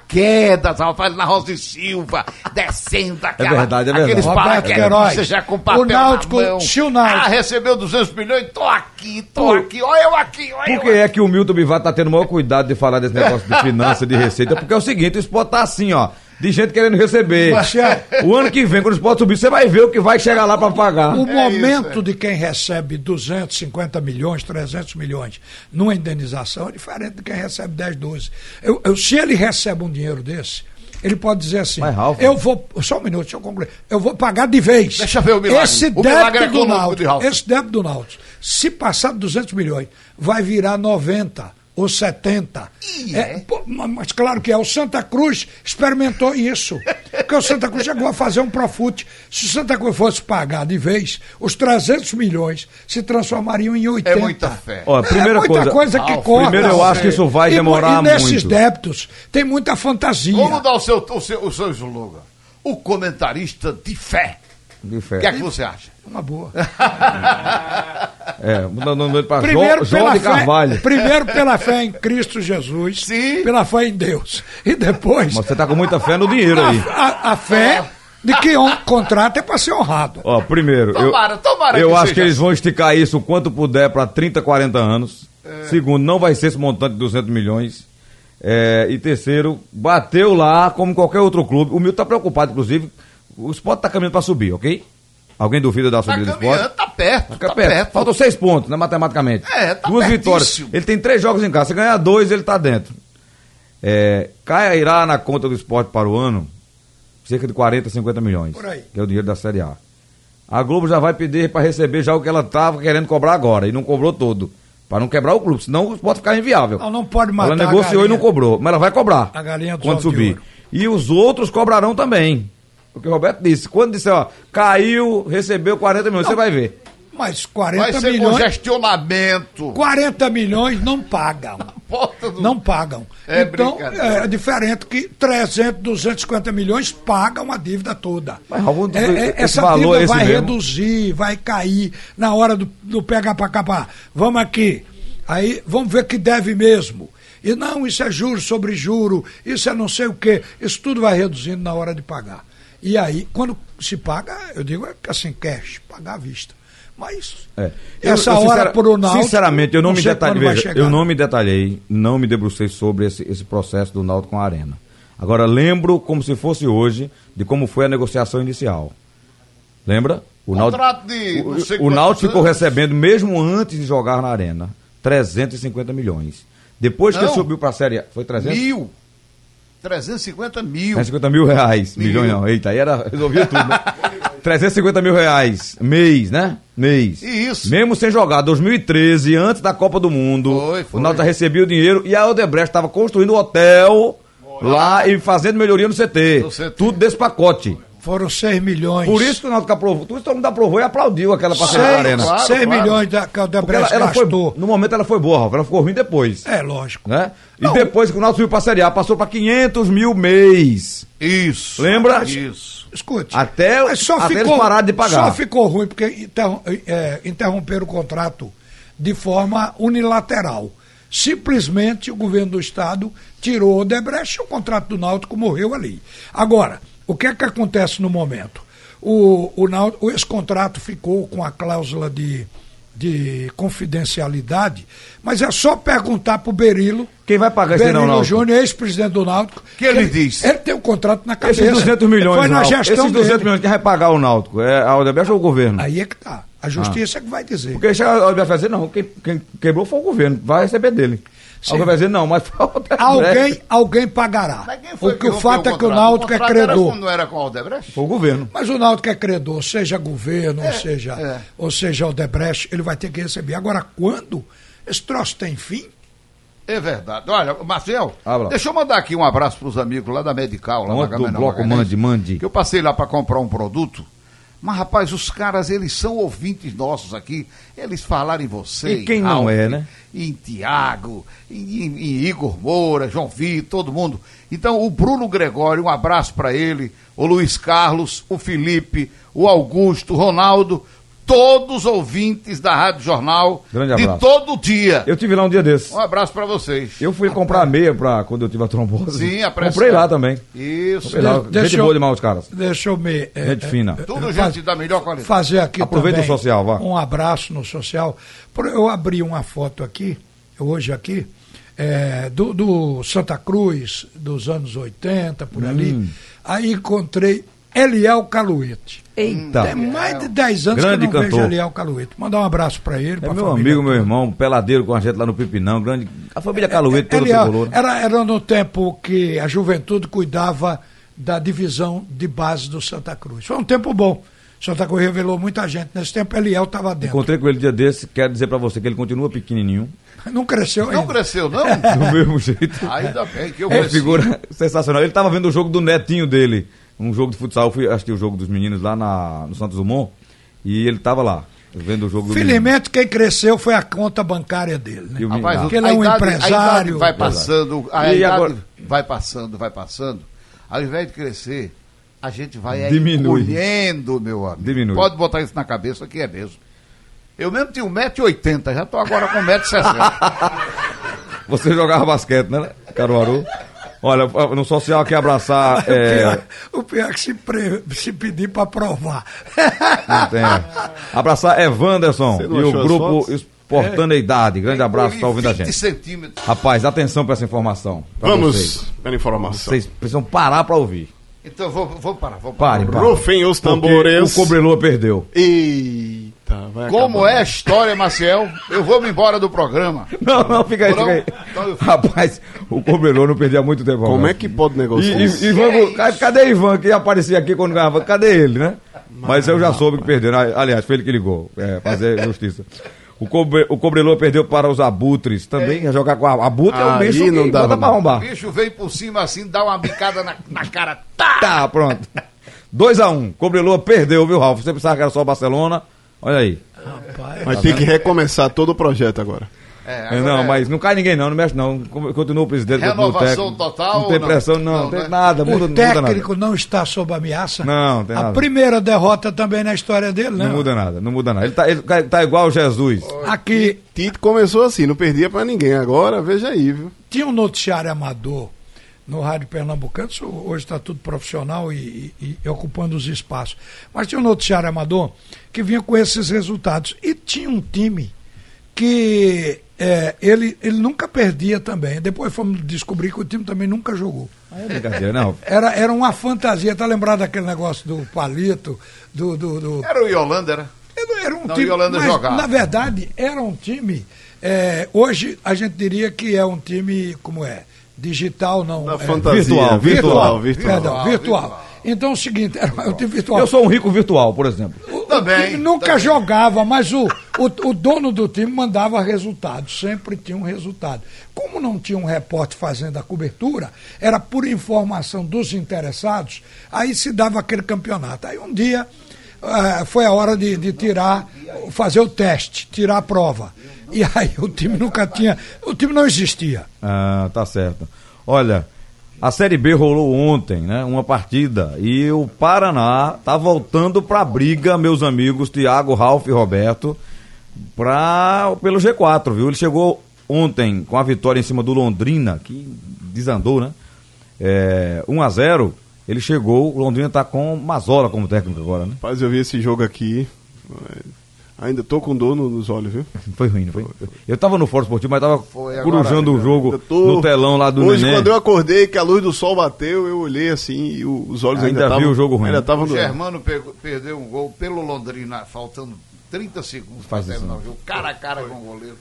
Speaker 5: paraquedas, Rafael Rosa e Silva, descendo aquela,
Speaker 3: verdade, é verdade.
Speaker 5: aqueles
Speaker 4: Roberto
Speaker 5: paraquedas,
Speaker 4: Queiroz,
Speaker 5: você já com papel
Speaker 4: o Náutico-
Speaker 5: na mão.
Speaker 4: se o Náutico-
Speaker 5: Ah, recebeu 200 milhões, tô aqui, tô
Speaker 3: Por-
Speaker 5: aqui, olha eu aqui, olha eu
Speaker 3: Por que
Speaker 5: aqui.
Speaker 3: é que o Milton Bivar tá tendo o maior cuidado de falar desse negócio de finança, de receita? Porque é o seguinte, o esporte tá assim, ó. De gente querendo receber.
Speaker 4: Marcelo.
Speaker 3: O ano que vem, quando o esporte subir, você vai ver o que vai chegar lá pra pagar.
Speaker 4: O momento
Speaker 5: isso, é.
Speaker 4: de quem recebe 250 milhões, 300 milhões numa indenização é diferente de quem recebe 10, 12. Eu, eu- se ele recebe um dinheiro desse, ele pode dizer assim:
Speaker 3: Mas, Ralf-
Speaker 4: eu vou. Só um minuto, deixa eu concluir. Eu vou pagar de vez.
Speaker 5: Deixa eu ver o milagre.
Speaker 4: Esse
Speaker 5: O
Speaker 4: débito
Speaker 5: milagre é
Speaker 4: do
Speaker 5: econômico de Ralf.
Speaker 4: Náutico, esse débito do Náutico, se passar de 200 milhões, vai virar 90 ou 70.
Speaker 5: Ih, é?
Speaker 4: pô, ma- mas claro que é. O Santa Cruz experimentou isso. Porque o Santa Cruz chegou a fazer um profute. Se o Santa Cruz fosse pagar de vez, os 300 milhões se transformariam em 80.
Speaker 5: É muita fé.
Speaker 3: Ó, primeira
Speaker 4: é muita coisa,
Speaker 3: coisa
Speaker 4: que
Speaker 5: Ralf,
Speaker 4: corta.
Speaker 3: primeiro eu acho que isso vai
Speaker 4: E mu-
Speaker 3: demorar
Speaker 4: e nesses
Speaker 3: muito.
Speaker 4: débitos tem muita fantasia.
Speaker 5: Como dá o seu, o seu, o seu slogan? O comentarista de fé.
Speaker 3: De
Speaker 5: O
Speaker 3: fé.
Speaker 5: que é que você acha?
Speaker 4: Uma boa.
Speaker 3: É, mudando o nome dele pra João,
Speaker 4: Primeiro
Speaker 3: João
Speaker 4: pela
Speaker 3: de
Speaker 4: fé,
Speaker 3: Carvalho.
Speaker 4: Primeiro pela fé em Cristo Jesus,
Speaker 5: Sim.
Speaker 4: pela fé em Deus. E depois
Speaker 3: Mas você tá com muita fé no dinheiro aí.
Speaker 4: a, a- a fé de que um contrato é para ser honrado.
Speaker 3: Ó, primeiro,
Speaker 5: Tomara,
Speaker 3: eu,
Speaker 5: tomara
Speaker 3: eu
Speaker 5: que
Speaker 3: acho
Speaker 5: seja
Speaker 3: que eles
Speaker 5: assim.
Speaker 3: vão esticar isso o quanto puder para 30, 40 anos.
Speaker 5: É.
Speaker 3: Segundo, não vai ser esse montante de 200 milhões. É, e terceiro, bateu lá como qualquer outro clube. O Milton tá preocupado, inclusive. O Sport tá caminhando para subir, ok? Alguém duvida da
Speaker 5: Tá
Speaker 3: subida do
Speaker 5: caminhando,
Speaker 3: Sport?
Speaker 5: tá perto.
Speaker 3: Fica
Speaker 5: tá
Speaker 3: perto.
Speaker 5: perto.
Speaker 3: Faltam seis pontos, né, matematicamente.
Speaker 5: É, tá
Speaker 3: Duas
Speaker 5: pertíssimo.
Speaker 3: vitórias. Ele tem três jogos em casa. Se ganhar dois, ele tá dentro. É, cairá na conta do esporte para o ano cerca de 40, 50 milhões.
Speaker 4: Por aí.
Speaker 3: Que é o dinheiro da Série A. A Globo já vai pedir para receber já o que ela estava querendo cobrar agora e não cobrou todo. Para não quebrar o clube, senão o pode ficar inviável.
Speaker 4: Ela não pode matar
Speaker 3: Ela negociou
Speaker 4: a
Speaker 3: e não
Speaker 4: galinha.
Speaker 3: cobrou, mas ela vai cobrar.
Speaker 4: A galinha dos
Speaker 3: Quando
Speaker 4: ovos de
Speaker 3: subir.
Speaker 4: ouro.
Speaker 3: E os outros cobrarão também. O que o Roberto disse. Quando disser, ó, caiu, recebeu 40 milhões, você vai ver.
Speaker 4: Mas
Speaker 5: Vai
Speaker 4: 40
Speaker 5: ser
Speaker 4: milhões,
Speaker 5: congestionamento.
Speaker 4: 40 milhões não pagam.
Speaker 5: Porta do-
Speaker 4: Não pagam.
Speaker 5: É
Speaker 4: então,
Speaker 5: brincadeira.
Speaker 4: é diferente que 300, 250 milhões pagam a dívida toda.
Speaker 3: Mas algum do-
Speaker 4: É, é,
Speaker 3: esse
Speaker 4: essa
Speaker 3: valor é
Speaker 4: dívida
Speaker 3: esse
Speaker 4: vai
Speaker 3: mesmo?
Speaker 4: reduzir, vai cair na hora do, do pegar para acabar. Vamos aqui. Aí vamos ver que deve mesmo. E não, isso é juro sobre juro, isso é não sei o quê. Isso tudo vai reduzindo na hora de pagar. E aí, quando se paga, eu digo é assim, cash, pagar à vista. Mas
Speaker 3: É.
Speaker 4: essa
Speaker 3: Eu- eu
Speaker 4: hora
Speaker 3: sincera-
Speaker 4: pro Náutico...
Speaker 3: Sinceramente, eu não, me
Speaker 4: sei quando vai
Speaker 3: detalhei. veja,
Speaker 4: chegar.
Speaker 3: eu não me detalhei, não me debrucei sobre esse, esse processo do Náutico com a Arena. Agora, lembro como se fosse hoje de como foi a negociação inicial. Lembra? O
Speaker 5: Contrato de não sei
Speaker 3: o- o
Speaker 5: quantos
Speaker 3: Náutico ficou
Speaker 5: anos.
Speaker 3: recebendo, mesmo antes de jogar na Arena, 350 milhões. Depois que
Speaker 5: Não.
Speaker 3: ele subiu para a Série A, foi 300?
Speaker 5: Mil. 350 mil.
Speaker 3: 350 mil reais.
Speaker 5: Mil.
Speaker 3: Milhões não. Eita, aí era, resolvia tudo, né? 350 mil reais. Mês, né? Mês.
Speaker 5: Isso.
Speaker 3: Mesmo sem jogar, 2013, antes da Copa do Mundo,
Speaker 5: Foi, foi.
Speaker 3: o Náutico recebia o dinheiro e a Odebrecht estava construindo um hotel lá e fazendo melhoria no CT.
Speaker 5: No CT.
Speaker 3: Tudo desse pacote.
Speaker 4: Foram 6 milhões.
Speaker 3: Por isso que o Náutico aprovou. Por isso que todo mundo aprovou e aplaudiu aquela
Speaker 4: Seis,
Speaker 3: parceria da Arena.
Speaker 5: claro,
Speaker 4: seis
Speaker 5: claro.
Speaker 4: milhões da, que o
Speaker 3: Porque
Speaker 4: Odebrecht
Speaker 3: ela, ela foi,
Speaker 4: gastou.
Speaker 3: no momento ela foi boa, Ralf. Ela ficou ruim depois.
Speaker 4: É lógico.
Speaker 3: Né? E depois que o Náutico subiu pra Série A, passou para 500 mil mês.
Speaker 5: Isso.
Speaker 3: Lembra?
Speaker 5: Isso.
Speaker 4: Escute.
Speaker 3: Até-
Speaker 4: mas só
Speaker 3: até
Speaker 4: ficou,
Speaker 3: eles pararem de pagar.
Speaker 4: Só ficou ruim porque interrom- é, interromperam o contrato de forma unilateral. Simplesmente o governo do Estado tirou o Odebrecht e o contrato do Náutico morreu ali. Agora, o que é que acontece no momento? O, o Náutico, esse contrato ficou com a cláusula de, de confidencialidade, mas é só perguntar para o Berilo.
Speaker 3: Quem vai pagar esse não,
Speaker 4: Berilo
Speaker 3: Náutico?
Speaker 4: Júnior, ex-presidente do Náutico.
Speaker 5: Que ele diz?
Speaker 4: Ele tem o contrato na cabeça.
Speaker 3: Esses 200 milhões,
Speaker 4: Foi na
Speaker 3: Ralf,
Speaker 4: gestão
Speaker 3: esses 200
Speaker 4: dele.
Speaker 3: milhões que vai pagar o Náutico? É a Odebrecht ou o governo?
Speaker 4: Aí é que tá. A justiça é que vai dizer.
Speaker 3: Porque chega a Odebrecht vai dizer, não, quem, quem quebrou foi o governo, vai receber dele.
Speaker 4: Sim.
Speaker 3: Alguém vai dizer, não, mas foi a Odebrecht. é.
Speaker 4: Alguém, alguém pagará.
Speaker 5: Mas quem foi
Speaker 4: O que o
Speaker 5: rompeu
Speaker 4: fato é que o
Speaker 5: contrato?
Speaker 4: Náutico é
Speaker 5: contrato era
Speaker 4: credor.
Speaker 5: com- Não era com o Aldebrecht?
Speaker 3: Foi o governo.
Speaker 4: Mas o Náutico é credor, seja governo, ou seja,
Speaker 5: é.
Speaker 4: ou seja o Debrecht, ele vai ter que receber. Agora, quando? Esse troço tem fim?
Speaker 5: É verdade. Olha, Marcel,
Speaker 3: Habla.
Speaker 5: deixa eu mandar aqui um abraço para os amigos lá da Medical, lá
Speaker 3: Manda
Speaker 5: na
Speaker 3: do
Speaker 5: Gamena
Speaker 3: bloco,
Speaker 5: Magalhães,
Speaker 3: mande, mande.
Speaker 5: Que eu passei lá para comprar um produto, Mas, rapaz, os caras, eles são ouvintes nossos aqui. Eles falaram em você.
Speaker 3: E quem não é, né?
Speaker 5: Em Tiago, em, em- em Igor Moura, João Vitor, todo mundo. Então, o Bruno Gregório, um abraço pra ele. O Luiz Carlos, o Felipe, o Augusto, o Ronaldo. Todos ouvintes da Rádio Jornal.
Speaker 3: Grande abraço.
Speaker 5: De todo dia.
Speaker 3: Eu tive lá um dia desses.
Speaker 5: Um abraço pra vocês.
Speaker 3: Eu fui comprar a meia pra quando eu tive a trombose.
Speaker 5: Sim, a pressão.
Speaker 3: Comprei lá também.
Speaker 5: Isso.
Speaker 3: Sei lá,
Speaker 4: De-
Speaker 3: gente
Speaker 4: deixa
Speaker 3: boa
Speaker 4: eu-
Speaker 3: demais os caras.
Speaker 4: Deixa eu me. eh,
Speaker 3: Gente
Speaker 4: eh,
Speaker 3: fina.
Speaker 5: Tudo
Speaker 4: faz-
Speaker 5: gente da melhor qualidade.
Speaker 4: Fazer aqui
Speaker 3: Aproveita
Speaker 4: também
Speaker 3: o social, vá.
Speaker 4: um abraço no social. Por- Eu abri uma foto aqui, hoje aqui, eh, do, do Santa Cruz, dos anos 80,
Speaker 3: Hum.
Speaker 4: por ali. Aí encontrei Eliel Caluete.
Speaker 5: Hum.
Speaker 3: Eita.
Speaker 4: Tem mais de 10 anos
Speaker 3: Grande
Speaker 4: que eu não
Speaker 3: cantor.
Speaker 4: vejo Eliel Caluete. Mandar um abraço para ele,
Speaker 3: É
Speaker 4: pra
Speaker 3: meu
Speaker 4: família
Speaker 3: amigo, meu irmão, peladeiro com a gente lá no Pipinão, grande. A família Caluete toda
Speaker 4: Aliás,
Speaker 3: tricolor.
Speaker 4: É, era, era no tempo que a juventude cuidava da divisão de base do Santa Cruz. Foi um tempo bom. Santa Cruz revelou muita gente. Nesse tempo, Eliel estava dentro.
Speaker 3: Encontrei com ele dia desse, quero dizer pra você que ele continua pequenininho.
Speaker 4: Não cresceu
Speaker 5: Não
Speaker 4: ainda.
Speaker 5: cresceu, não?
Speaker 4: É.
Speaker 3: Do mesmo jeito.
Speaker 5: Ainda bem que eu
Speaker 3: É
Speaker 5: cresci.
Speaker 3: figura sensacional. Ele tava vendo o jogo do netinho dele, um jogo de futsal. Eu fui assistir o jogo dos meninos lá na, no Santos Dumont e ele tava lá, vendo o jogo do menino.
Speaker 4: Felizmente, quem cresceu foi a conta bancária dele. né?
Speaker 3: E o menino
Speaker 5: Rapaz,
Speaker 3: lá.
Speaker 5: o-
Speaker 4: Porque ele é
Speaker 5: a
Speaker 4: um
Speaker 5: idade- a idade
Speaker 4: empresário.
Speaker 5: vai passando, a
Speaker 3: E
Speaker 5: idade
Speaker 3: agora?
Speaker 5: vai passando, vai passando. Ao invés de crescer, a gente vai é,
Speaker 3: Diminui.
Speaker 5: encolhendo, meu amigo.
Speaker 3: Diminui.
Speaker 5: Pode botar isso na cabeça que é mesmo. Eu mesmo tinha 1,80m, já tô agora com 1,60m.
Speaker 3: Você jogava basquete, né, Caruaru? Olha, no social aqui abraçar.
Speaker 4: O
Speaker 3: é,
Speaker 4: pior, o pior é que se, pre- se pedir para provar.
Speaker 3: não tem. Abraçar Evanderson
Speaker 6: Você
Speaker 3: e
Speaker 6: não
Speaker 3: o
Speaker 6: achou as
Speaker 3: grupo
Speaker 6: fotos?
Speaker 3: Esportaneidade.
Speaker 5: É.
Speaker 3: Grande abraço, tá ouvindo a gente.
Speaker 5: centímetros.
Speaker 3: Rapaz, atenção pra essa informação. pra
Speaker 6: Vamos
Speaker 3: Vocês.
Speaker 6: pela informação.
Speaker 3: Vocês precisam parar pra ouvir.
Speaker 5: Então vou, vou parar, vou parar.
Speaker 3: Pare, pare.
Speaker 6: Rufem os
Speaker 3: Porque
Speaker 6: tambores.
Speaker 3: O Cobreloa perdeu.
Speaker 6: Eita, vai
Speaker 5: Como
Speaker 6: acabar.
Speaker 5: é a história, Maciel? Eu vou me embora do programa.
Speaker 3: Não, não, fica aí,
Speaker 5: Não,
Speaker 3: fica aí.
Speaker 5: não, eu-
Speaker 3: Rapaz, o Cobreloa não perdia há muito tempo.
Speaker 6: Como
Speaker 3: agora.
Speaker 6: é que pode
Speaker 3: E,
Speaker 6: negociar?
Speaker 3: e,
Speaker 6: isso?
Speaker 3: Ivan,
Speaker 5: é
Speaker 3: Ca- cadê Ivan que aparecia aqui quando ganhava? Cadê ele, né? Mas eu já soube que perderam. Ah, Aliás, foi ele que ligou. É, fazer justiça. O, cobre, o Cobreloa perdeu para os Abutres também. Ia jogar com a Abutre é o
Speaker 6: Aí
Speaker 3: mesmo que
Speaker 6: não
Speaker 3: bota
Speaker 6: dava
Speaker 3: pra
Speaker 6: não.
Speaker 5: O
Speaker 3: arrombar.
Speaker 5: bicho veio por cima assim, dá uma bicada na, na cara.
Speaker 3: Tá, pronto. 2x1. Um. Cobreloa perdeu, viu, Ralf? Você pensava que era só o Barcelona. Olha aí. Tá
Speaker 6: Vai ter que recomeçar todo o projeto agora.
Speaker 5: É,
Speaker 3: É,
Speaker 5: agora
Speaker 3: não,
Speaker 5: é-
Speaker 3: mas não cai ninguém não, não mexe não. Como- Continua o presidente do
Speaker 5: Renovação
Speaker 3: técnico.
Speaker 5: total
Speaker 3: Não tem
Speaker 5: ou não?
Speaker 3: pressão, não, não
Speaker 5: Não,
Speaker 3: tem
Speaker 5: né?
Speaker 3: nada. Muda, não
Speaker 4: o
Speaker 3: muda nada.
Speaker 4: técnico não está sob ameaça.
Speaker 3: Não, tem
Speaker 4: A
Speaker 3: nada.
Speaker 4: primeira derrota também na história dele, né?
Speaker 3: Não muda nada, não muda nada. Ele tá, ele tá igual o Jesus.
Speaker 4: Aqui,
Speaker 6: Tite começou assim, não perdia pra ninguém. Agora, veja aí, viu?
Speaker 4: tinha um noticiário amador no Rádio Pernambucano, isso hoje está tudo profissional e, e- e ocupando os espaços. Mas tinha um noticiário amador que vinha com esses resultados. E tinha um time que eh, ele, ele nunca perdia também. Depois fomos descobrir que o time também nunca jogou.
Speaker 3: É brincadeira, não.
Speaker 4: Era, era uma fantasia. Tá lembrado daquele negócio do palito, do- do- do
Speaker 5: Era o Yolanda, né? era?
Speaker 4: era, era um
Speaker 5: Não,
Speaker 4: time.
Speaker 5: e Holanda
Speaker 4: mas,
Speaker 5: jogava.
Speaker 4: Na verdade, era um time. eh, hoje a gente diria que é um time, como é? Digital, não.
Speaker 6: Da
Speaker 4: é,
Speaker 6: fantasia.
Speaker 3: virtual,
Speaker 6: virtual. virtual.
Speaker 4: Perdão, virtual.
Speaker 5: virtual.
Speaker 4: Então é o seguinte, era um time virtual.
Speaker 3: Eu sou um rico virtual, por exemplo.
Speaker 4: O- o
Speaker 5: Também,
Speaker 4: time nunca
Speaker 5: também.
Speaker 4: jogava, mas o, o, o dono do time mandava resultado, sempre tinha um resultado. Como não tinha um repórter fazendo a cobertura, era por informação dos interessados, aí se dava aquele campeonato. Aí um dia ah, foi a hora de, de tirar, fazer o teste, tirar a prova. E aí o time nunca tinha. O time não existia.
Speaker 3: Ah, tá certo. Olha, a Série B rolou ontem, né? Uma partida. E o Paraná tá voltando pra briga, meus amigos, Tiago, Ralf e Roberto, pra, pelo G4, viu? Ele chegou ontem com a vitória em cima do Londrina, que desandou, né? É, 1 a 0 ele chegou, o Londrina tá com Mazola como técnico agora, né?
Speaker 6: Rapaz, eu vi esse jogo aqui. Ainda tô com dor no- nos olhos, viu?
Speaker 3: Foi ruim, não foi? Eu tava no Fórum Esportivo, mas tava
Speaker 5: Foi agora,
Speaker 3: corujando o jogo
Speaker 6: Eu tô-
Speaker 3: no telão lá do
Speaker 6: Hoje,
Speaker 3: Neném.
Speaker 6: quando eu acordei, que a luz do sol bateu, eu olhei assim e o- os olhos
Speaker 3: Ainda
Speaker 6: ainda estavam.
Speaker 3: viu o jogo ruim.
Speaker 6: Ainda estavam
Speaker 5: O
Speaker 6: doendo.
Speaker 5: Germano pegou- perdeu um gol pelo Londrina, faltando 30 segundos para
Speaker 3: Faz isso,
Speaker 5: terminar
Speaker 3: não.
Speaker 5: o jogo. Cara a cara com o goleiro.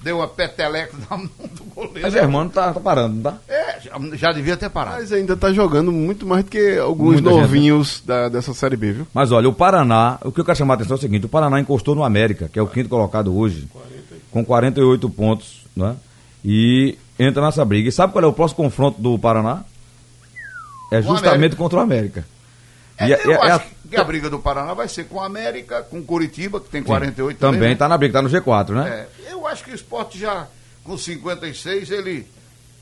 Speaker 5: Deu uma peteleca na mão do
Speaker 3: Mas
Speaker 5: goleiro.
Speaker 3: Germano tá, tá parando, não tá?
Speaker 5: É, já, já devia ter parado.
Speaker 6: Mas ainda tá jogando muito mais do que alguns
Speaker 3: Muita gente,
Speaker 6: novinhos da- dessa Série B, viu?
Speaker 3: Mas olha, o Paraná, o que eu quero chamar a atenção é o seguinte: o Paraná encostou no América, que é o quinto colocado hoje, com 48 pontos, né? E entra nessa briga. E sabe qual é o próximo confronto do Paraná? É
Speaker 5: Com o
Speaker 3: justamente
Speaker 5: América.
Speaker 3: contra o América.
Speaker 5: É,
Speaker 3: e é,
Speaker 5: eu
Speaker 3: é- é
Speaker 5: acho
Speaker 3: a
Speaker 5: que- Que a briga do Paraná vai ser com a América, com Curitiba, que tem 48
Speaker 3: Também tá.
Speaker 5: né?
Speaker 3: está na briga, está no G4, né?
Speaker 5: É, eu acho que o esporte já, com 56, ele,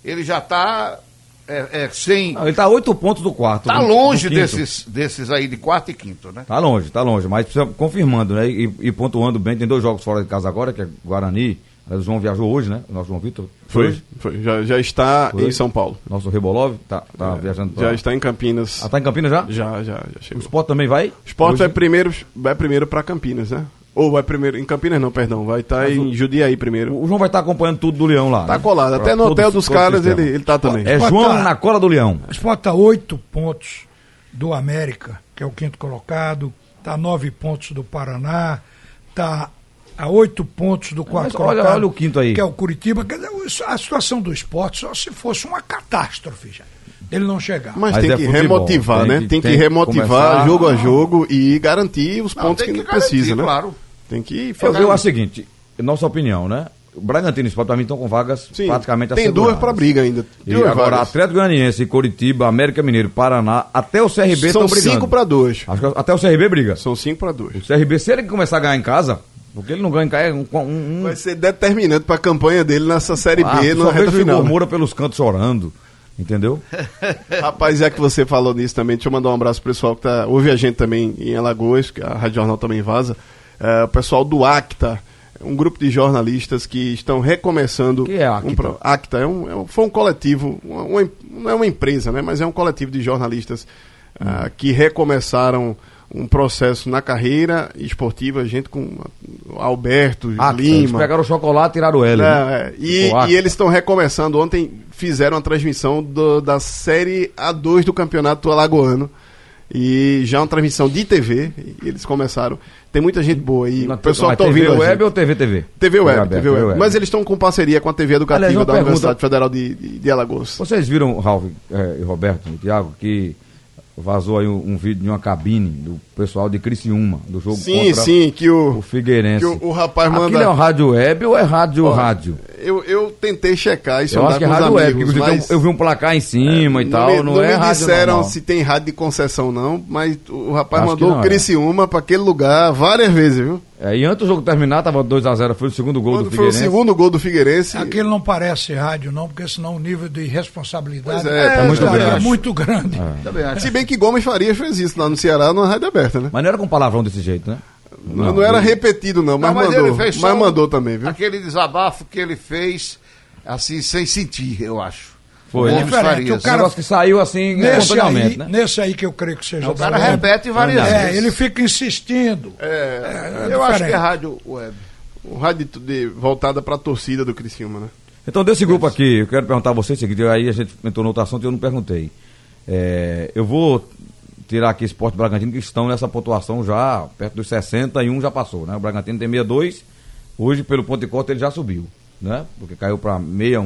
Speaker 5: ele já está é, é, sem.
Speaker 3: Não, Ele está oito pontos do quarto.
Speaker 5: Está
Speaker 3: do- do
Speaker 5: Tá longe
Speaker 3: um- quinto.
Speaker 5: desses, desses aí de quarto e quinto, né?
Speaker 3: Tá longe, tá longe, mas precisa- confirmando, né? E, e pontuando bem, tem dois jogos fora de casa agora, que é Guarani. O João viajou hoje, né? O nosso João Vitor.
Speaker 6: Foi,
Speaker 3: Hoje.
Speaker 6: foi. Já, já está
Speaker 3: Foi.
Speaker 6: em São Paulo. É,
Speaker 3: Nosso Rebolov tá, tá viajando pra...
Speaker 6: Já está em Campinas.
Speaker 3: Ah, tá em Campinas já?
Speaker 6: Já, já, já
Speaker 3: O
Speaker 6: chegou.
Speaker 3: Sport também vai?
Speaker 6: O Sport
Speaker 3: Hoje?
Speaker 6: vai primeiro, vai primeiro para Campinas, né? Ou vai primeiro em Campinas não, perdão, vai estar em Jundiaí primeiro.
Speaker 3: O João vai estar acompanhando tudo do Leão lá.
Speaker 6: Tá
Speaker 3: né?
Speaker 6: colado, até no
Speaker 3: Todo-
Speaker 6: hotel dos
Speaker 3: todo
Speaker 6: caras
Speaker 3: sistema.
Speaker 6: ele, ele tá também.
Speaker 3: É
Speaker 4: Sport
Speaker 3: João
Speaker 4: tá-
Speaker 3: na cola do Leão.
Speaker 4: O Sport está oito pontos do América, que é o quinto colocado, está nove pontos do Paraná, está a oito pontos do
Speaker 3: Mas
Speaker 4: quarto
Speaker 3: olha-
Speaker 4: colocado.
Speaker 3: olha o quinto aí.
Speaker 4: Que é o Curitiba. Quer dizer, isso- a situação do esporte só se fosse uma catástrofe já, dele não chegar.
Speaker 6: Mas,
Speaker 3: Mas
Speaker 6: tem
Speaker 3: é
Speaker 6: que
Speaker 3: futebol,
Speaker 6: remotivar,
Speaker 3: tem
Speaker 6: né?
Speaker 3: que-
Speaker 6: tem que
Speaker 3: tem que
Speaker 6: remotivar
Speaker 3: começar-
Speaker 6: jogo a jogo e garantir os
Speaker 5: Não,
Speaker 6: pontos que,
Speaker 5: tem que
Speaker 6: precisa,
Speaker 5: garantir,
Speaker 6: né?
Speaker 5: claro.
Speaker 6: Tem que focar
Speaker 3: Eu, eu
Speaker 6: nisso.
Speaker 3: acho o seguinte, nossa opinião, né? O Bragantino e o Sport pra mim estão com vagas
Speaker 6: Sim,
Speaker 3: praticamente
Speaker 6: Tem
Speaker 3: asseguradas.
Speaker 6: duas para briga ainda.
Speaker 3: E
Speaker 6: Duas
Speaker 3: agora,
Speaker 6: vagas.
Speaker 3: Atlético Goianiense, Curitiba, América Mineiro, Paraná, até o CRB estão
Speaker 6: São
Speaker 3: brigando.
Speaker 6: cinco para dois.
Speaker 3: Acho que até o CRB briga.
Speaker 6: São cinco para dois.
Speaker 3: O CRB, se ele começar a ganhar em casa, porque ele não ganha em casa, é um, um, um
Speaker 6: Vai ser determinante para a campanha dele nessa Série
Speaker 3: Ah,
Speaker 6: B
Speaker 3: tu
Speaker 6: na
Speaker 3: só
Speaker 6: reta
Speaker 3: vejo o Igor
Speaker 6: final. né?
Speaker 3: Moura pelos cantos chorando, entendeu?
Speaker 6: Rapaz, é que você falou nisso também. Deixa eu mandar um abraço pro pessoal que tá, ouve a gente também em Alagoas, que a Rádio Jornal também vaza. É, o pessoal do Acta, um grupo de jornalistas que estão recomeçando.
Speaker 3: Que é Acta?
Speaker 6: um pro- Acta é um, é um- foi um coletivo, uma- uma em- não é uma empresa, né? Mas é um coletivo de jornalistas ah,
Speaker 3: Hum.
Speaker 6: que recomeçaram um processo na carreira esportiva, gente com Alberto,
Speaker 3: Ah, eles
Speaker 6: Lima.
Speaker 3: pegaram o chocolate e tiraram o L.
Speaker 6: É,
Speaker 3: né?
Speaker 6: é. E,
Speaker 3: Tipo, ah,
Speaker 6: e eles estão recomeçando. Ontem fizeram a transmissão do- da Série A2 do Campeonato Alagoano. E já é uma transmissão de TV. E eles começaram. Tem muita gente boa aí.
Speaker 3: na-
Speaker 6: O pessoal
Speaker 3: na
Speaker 6: que tá ouvindo.
Speaker 3: TV
Speaker 6: a
Speaker 3: web
Speaker 6: gente.
Speaker 3: ou TV TV?
Speaker 6: TV Web,
Speaker 3: aberta,
Speaker 6: TV web. Mas eles estão com parceria com a TV Educativa
Speaker 3: Aliás, uma
Speaker 6: da
Speaker 3: pergunta-
Speaker 6: Universidade Federal de, de, de Alagoas.
Speaker 3: Vocês viram, Ralf eh, e Roberto e Thiago, que vazou aí um, um vídeo de uma cabine do pessoal de Criciúma, do jogo
Speaker 6: Sim,
Speaker 3: contra
Speaker 6: sim, que o.
Speaker 3: o Figueirense.
Speaker 6: que o- o rapaz manda-
Speaker 3: Aquilo é um rádio web ou é rádio rádio?
Speaker 6: Eu, eu tentei checar isso
Speaker 3: Eu acho que é
Speaker 6: andar com os
Speaker 3: rádio web,
Speaker 6: amigos,
Speaker 3: porque
Speaker 6: mas-
Speaker 3: eu vi um placar em cima e tal,
Speaker 6: me,
Speaker 3: não,
Speaker 6: não
Speaker 3: é
Speaker 6: me
Speaker 3: rádio
Speaker 6: disseram
Speaker 3: normal.
Speaker 6: se tem rádio de concessão, não, mas o rapaz
Speaker 3: Acho que
Speaker 6: mandou
Speaker 3: não,
Speaker 6: o
Speaker 3: é.
Speaker 6: Criciúma pra aquele lugar várias vezes, viu?
Speaker 3: É, e antes do jogo terminar, tava 2x0, foi o segundo gol
Speaker 6: Quando
Speaker 3: do
Speaker 6: foi o
Speaker 3: Figueirense.
Speaker 6: segundo gol do Figueirense,
Speaker 4: Aquilo não parece rádio, não, porque senão o nível de responsabilidade
Speaker 6: Pois é, tá
Speaker 3: muito
Speaker 4: estaria
Speaker 3: grande.
Speaker 4: muito grande.
Speaker 3: É.
Speaker 5: Também acho.
Speaker 6: se bem que Gomes Farias fez isso lá no Ceará, na rádio aberta, né?
Speaker 3: Mas não era com palavrão desse jeito, né?
Speaker 6: Não, não era repetido, não, mas,
Speaker 5: Não, mas
Speaker 6: mandou,
Speaker 5: ele fez só
Speaker 6: mas
Speaker 5: um-
Speaker 6: mandou também, viu?
Speaker 5: Aquele desabafo que ele fez, assim, sem sentir, eu acho.
Speaker 3: Foi.
Speaker 5: O Gomes
Speaker 4: Diferente,
Speaker 5: Farias.
Speaker 4: o cara-
Speaker 3: negócio que saiu assim,
Speaker 4: Nesse
Speaker 3: espontaneamente,
Speaker 4: aí,
Speaker 3: né?
Speaker 4: nesse aí que eu creio que seja
Speaker 5: O cara
Speaker 4: da web.
Speaker 5: repete várias
Speaker 3: É,
Speaker 4: É,
Speaker 5: vezes.
Speaker 4: ele fica insistindo.
Speaker 5: eu
Speaker 4: é
Speaker 5: acho
Speaker 4: diferente.
Speaker 5: que é rádio web.
Speaker 6: O rádio de, de- voltada pra torcida do Criciúma, né?
Speaker 3: Então, desse grupo aqui, eu quero perguntar a você o seguinte, aí a gente entrou no outro assunto e eu não perguntei. É, eu vou tirar aqui Esporte Bragantino, que estão nessa pontuação já, perto dos 60 e um já passou, né? O Bragantino tem 62, hoje pelo ponto de corte ele já subiu, né? Porque caiu para 61.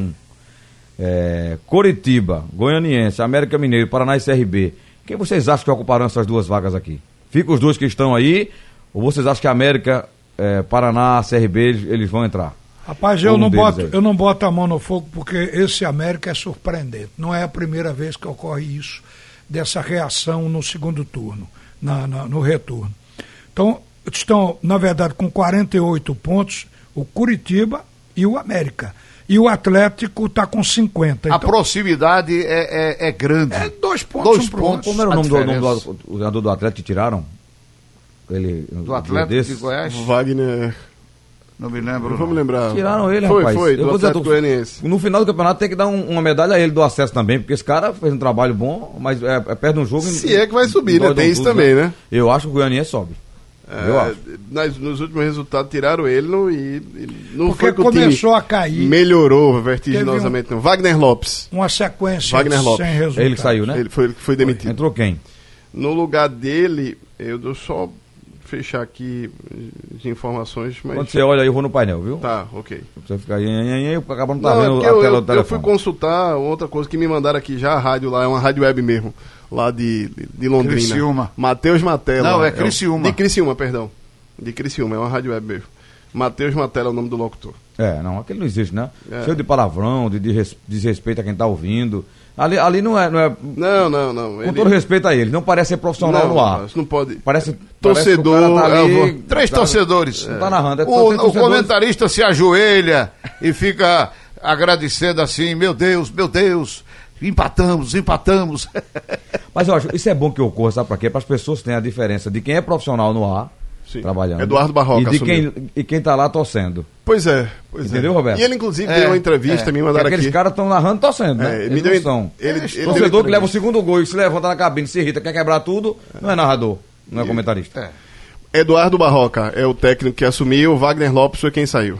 Speaker 3: É, Coritiba, Goianiense, América Mineiro, Paraná e CRB. Quem vocês acham que ocuparão essas duas vagas aqui? Fica os dois que estão aí, ou vocês acham que América, é, Paraná, CRB, eles, eles vão entrar?
Speaker 4: Rapaz, eu
Speaker 3: Um
Speaker 4: não,
Speaker 3: deles
Speaker 4: boto,
Speaker 3: aí.
Speaker 4: eu não boto a mão no fogo porque esse América é surpreendente. Não é a primeira vez que ocorre isso, dessa reação no segundo turno, na- na- no retorno. Então, estão, na verdade, com 48 pontos o Curitiba e o América. E o Atlético está com 50.
Speaker 5: A
Speaker 4: Então,
Speaker 5: proximidade é, é- é grande.
Speaker 4: é dois pontos
Speaker 5: dois
Speaker 4: um pro outro.
Speaker 5: pontos.
Speaker 3: Como era o
Speaker 5: A
Speaker 3: nome do, nome
Speaker 5: diferença.
Speaker 3: do, o jogador do Atlético que tiraram? Ele,
Speaker 5: Do Atlético de Goiás,
Speaker 6: Wagner.
Speaker 5: É, não me lembro.
Speaker 6: Vamos
Speaker 5: não.
Speaker 6: lembrar.
Speaker 3: Tiraram ele,
Speaker 6: foi,
Speaker 3: rapaz.
Speaker 6: Foi, foi,
Speaker 3: Eu
Speaker 6: do
Speaker 3: vou dizer a tu-
Speaker 6: Atlético Goianiense.
Speaker 3: No final do campeonato tem que dar um- uma medalha a ele do acesso também, porque esse cara fez um trabalho bom, mas é, é, perde um jogo. e-
Speaker 6: Se é que vai subir, né?
Speaker 3: nós
Speaker 6: Tem
Speaker 3: não
Speaker 6: isso
Speaker 3: tudo,
Speaker 6: também, né?
Speaker 3: um Eu acho que o Goianiense sobe. Eu acho.
Speaker 6: É, nas- nos últimos resultados tiraram ele no- e, e não
Speaker 4: Porque
Speaker 6: foi que o
Speaker 4: começou
Speaker 6: time
Speaker 4: a cair.
Speaker 6: Melhorou vertiginosamente, não. Wagner Lopes.
Speaker 4: Uma sequência
Speaker 6: Wagner Lopes.
Speaker 4: sem resultado.
Speaker 3: É ele que saiu, né?
Speaker 6: Ele foi, ele que foi demitido.
Speaker 3: Entrou quem?
Speaker 6: No lugar dele, eu dou só fechar aqui as informações, mas.
Speaker 3: Quando você olha aí, eu vou no painel, viu?
Speaker 6: Tá, ok.
Speaker 3: Você fica aí, aí, aí, aí, acaba não tá
Speaker 6: Não, é
Speaker 3: vendo
Speaker 6: porque
Speaker 3: a
Speaker 6: eu,
Speaker 3: tela
Speaker 6: eu,
Speaker 3: do
Speaker 6: eu fui
Speaker 3: telefone.
Speaker 6: consultar outra coisa que me mandaram aqui já a rádio lá, é uma rádio web mesmo, lá de, de- de Londrina.
Speaker 5: Criciúma.
Speaker 6: Matheus Matela.
Speaker 5: Não, é
Speaker 6: o-
Speaker 5: Criciúma.
Speaker 6: de Criciúma, perdão. De Criciúma, é uma rádio web mesmo. Matheus Matela é o nome do locutor.
Speaker 3: É, não, aquele não existe, né?
Speaker 6: É.
Speaker 3: Cheio de palavrão, de, de res- desrespeito a quem tá ouvindo. Ali, ali não é. Não é com
Speaker 6: Não, não, não. ele-
Speaker 3: todo respeito a ele, não parece ser profissional
Speaker 6: não,
Speaker 3: no ar.
Speaker 6: Isso não pode. É
Speaker 3: Parece.
Speaker 6: Torcedor, é,
Speaker 3: parece que o cara tá ali-
Speaker 6: eu vou-
Speaker 5: Três torcedores.
Speaker 3: Não tá narrando, é
Speaker 5: o,
Speaker 3: torcedor-
Speaker 5: o
Speaker 3: torcedores.
Speaker 5: comentarista se ajoelha e fica agradecendo assim, meu Deus, meu Deus, empatamos, empatamos.
Speaker 3: Mas eu acho, isso é bom que ocorra, sabe pra quê? Para as pessoas terem a diferença de quem é profissional no ar,
Speaker 6: Sim.
Speaker 3: trabalhando.
Speaker 6: Eduardo Barroca
Speaker 3: E de
Speaker 6: assumiu.
Speaker 3: quem, e quem tá lá torcendo.
Speaker 6: Pois é, pois
Speaker 3: Entendeu,
Speaker 6: é.
Speaker 3: Roberto?
Speaker 6: E ele, inclusive,
Speaker 5: É,
Speaker 6: deu uma entrevista,
Speaker 5: é.
Speaker 6: me
Speaker 3: Porque
Speaker 6: mandaram
Speaker 3: aqueles
Speaker 6: aqui.
Speaker 3: caras estão narrando torcendo,
Speaker 6: É,
Speaker 3: né?
Speaker 6: ele
Speaker 3: Eles
Speaker 6: deu-
Speaker 3: não são.
Speaker 6: ele- ele deu
Speaker 3: torcedor que
Speaker 6: entrevista.
Speaker 3: leva o segundo gol e se levanta na cabine, se irrita, quer quebrar tudo, não é narrador, não é comentarista.
Speaker 5: É.
Speaker 6: Eduardo Barroca é o técnico que assumiu, Wagner Lopes foi quem saiu.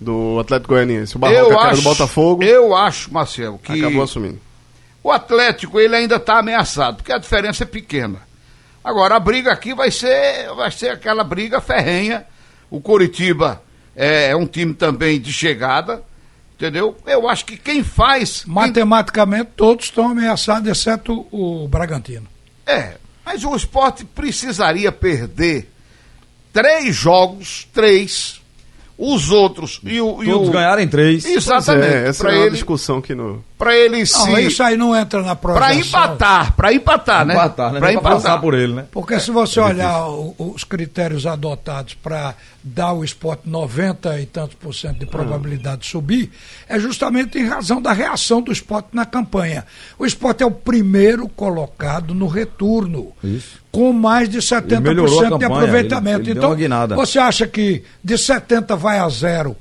Speaker 6: Do Atlético Goianiense. O Barroca
Speaker 5: eu
Speaker 6: cara
Speaker 5: acho,
Speaker 6: do Botafogo
Speaker 5: Eu acho, Marcelo, que
Speaker 6: acabou assumindo.
Speaker 5: o Atlético ele ainda está ameaçado, porque a diferença é pequena. Agora a briga aqui vai ser, vai ser aquela briga ferrenha. O Coritiba é, é um time também de chegada, entendeu? Eu acho que quem faz, quem
Speaker 4: Matematicamente, todos estão ameaçados, exceto o Bragantino.
Speaker 5: É, mas o esporte precisaria perder três jogos, três, os outros e o. e
Speaker 3: Todos
Speaker 5: o-
Speaker 3: ganharem três.
Speaker 5: Exatamente.
Speaker 6: É, essa
Speaker 5: pra,
Speaker 6: é uma
Speaker 5: ele,
Speaker 6: discussão que no.
Speaker 5: pra ele
Speaker 4: Não, isso
Speaker 5: se.
Speaker 4: aí não entra na projeção.
Speaker 5: Pra empatar, pra empatar, né?
Speaker 3: Empatar, né?
Speaker 5: Pra
Speaker 3: Não é pra passar
Speaker 5: empatar.
Speaker 3: por ele, né?
Speaker 4: Porque se você olhar o- os critérios adotados para dar ao esporte 90 e tantos por cento de probabilidade de subir, é justamente em razão da reação do esporte na campanha. O esporte é o primeiro colocado no retorno, com mais de 70%
Speaker 3: melhorou a
Speaker 4: de
Speaker 3: campanha,
Speaker 4: aproveitamento.
Speaker 3: ele- ele deu
Speaker 4: então,
Speaker 3: uma guinada.
Speaker 4: você acha que de 70 vai a zero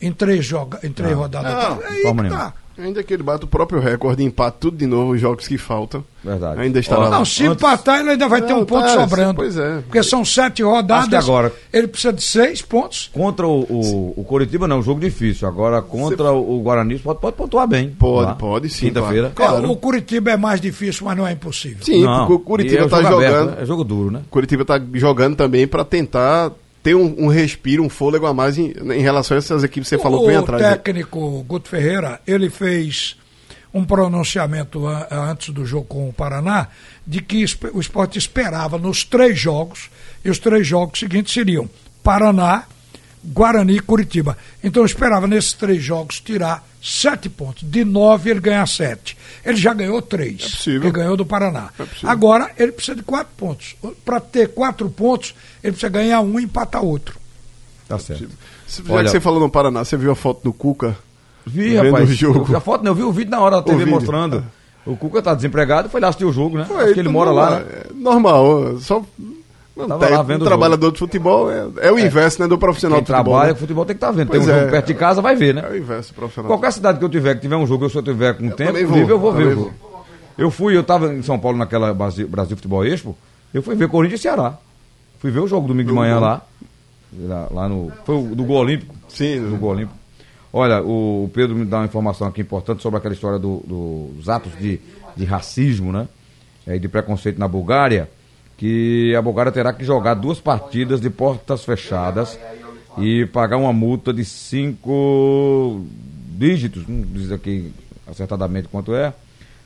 Speaker 4: em três, joga, em três rodadas?
Speaker 5: Não,
Speaker 4: É
Speaker 3: de
Speaker 4: aí
Speaker 3: forma
Speaker 4: que tá.
Speaker 3: nenhuma.
Speaker 6: Ainda que ele bata o próprio recorde, empate tudo de novo, os jogos que faltam.
Speaker 3: Verdade.
Speaker 6: Ainda estará
Speaker 3: Ó,
Speaker 6: lá.
Speaker 4: Não, se empatar, ele ainda vai ter
Speaker 6: Não,
Speaker 4: um ponto
Speaker 6: tá,
Speaker 4: sobrando.
Speaker 6: pois é.
Speaker 4: Porque são sete
Speaker 3: Acho que
Speaker 4: rodadas.
Speaker 3: agora-
Speaker 4: Ele precisa de seis pontos.
Speaker 3: Contra o, o, o Coritiba não, um jogo difícil. Agora contra o, o Guarani, pode, pode pontuar bem.
Speaker 6: Pode,
Speaker 3: Lá.
Speaker 6: pode sim,
Speaker 3: Quinta-feira.
Speaker 6: claro.
Speaker 4: É, o Curitiba é mais difícil, mas não é impossível.
Speaker 6: Sim,
Speaker 3: Não,
Speaker 6: porque
Speaker 3: e
Speaker 6: o
Speaker 3: é
Speaker 6: Curitiba
Speaker 3: um
Speaker 6: tá
Speaker 3: jogo aberto,
Speaker 6: jogando.
Speaker 3: né? É jogo duro, né?
Speaker 6: Curitiba está jogando também para tentar ter um, um respiro, um fôlego a mais em, em relação a essas equipes que você falou que vem
Speaker 4: o
Speaker 6: atrás. né?
Speaker 4: técnico Guto Ferreira, ele fez um pronunciamento a- a- antes do jogo com o Paraná de que esp- o esporte esperava nos três jogos, e os três jogos seguintes seriam Paraná, Guarani e Curitiba. Então eu esperava nesses três jogos tirar sete pontos. De nove ele ganhar sete. Ele já ganhou três. É
Speaker 6: possível. É
Speaker 4: Ele ganhou do Paraná.
Speaker 6: possível.
Speaker 4: Agora ele precisa de quatro pontos. Para ter quatro pontos, ele precisa ganhar um e empatar outro.
Speaker 3: Tá certo.
Speaker 6: Se- Já
Speaker 3: Olha-
Speaker 6: que você falou no Paraná, você viu a foto do Cuca?
Speaker 3: Vi,
Speaker 6: Vendo
Speaker 3: rapaz.
Speaker 6: o jogo.
Speaker 3: Eu, a foto, não, eu vi o vídeo na hora da TV
Speaker 6: vídeo.
Speaker 3: mostrando. O Cuca tá desempregado, foi lá assistir o jogo, né?
Speaker 6: Pô,
Speaker 3: Acho que ele
Speaker 6: tá
Speaker 3: mora lá, né?
Speaker 6: É Normal, só. Um,
Speaker 3: Tava
Speaker 6: técnico,
Speaker 3: lá vendo
Speaker 6: um
Speaker 3: o
Speaker 6: trabalhador de futebol é, é o inverso né, do profissional
Speaker 3: Quem
Speaker 6: de futebol.
Speaker 3: trabalha
Speaker 6: né?
Speaker 3: com futebol tem que estar vendo. Tem um
Speaker 6: Pois é.
Speaker 3: jogo perto de casa, vai ver,
Speaker 6: É
Speaker 3: né?
Speaker 6: o inverso do profissional.
Speaker 3: Qualquer cidade que eu tiver, que tiver um jogo, eu se eu tiver com tempo
Speaker 6: também vou,
Speaker 3: livre, eu vou
Speaker 6: também
Speaker 3: ver o
Speaker 6: vou.
Speaker 3: jogo. Eu fui, eu tava em São Paulo naquela Brasil, Brasil Futebol Expo, eu fui ver Corinthians e Ceará. Fui ver o jogo domingo de manhã lá. Lá, lá no. Foi o do Gol Olímpico.
Speaker 6: Sim,
Speaker 3: Do Gol Olímpico. Olha, o, o Pedro me dá uma informação aqui importante sobre aquela história do- do- dos atos de, de racismo, né? É, e de preconceito na Bulgária, que a Bulgária terá que jogar duas partidas de portas fechadas e pagar uma multa de cinco dígitos, não diz aqui acertadamente quanto é,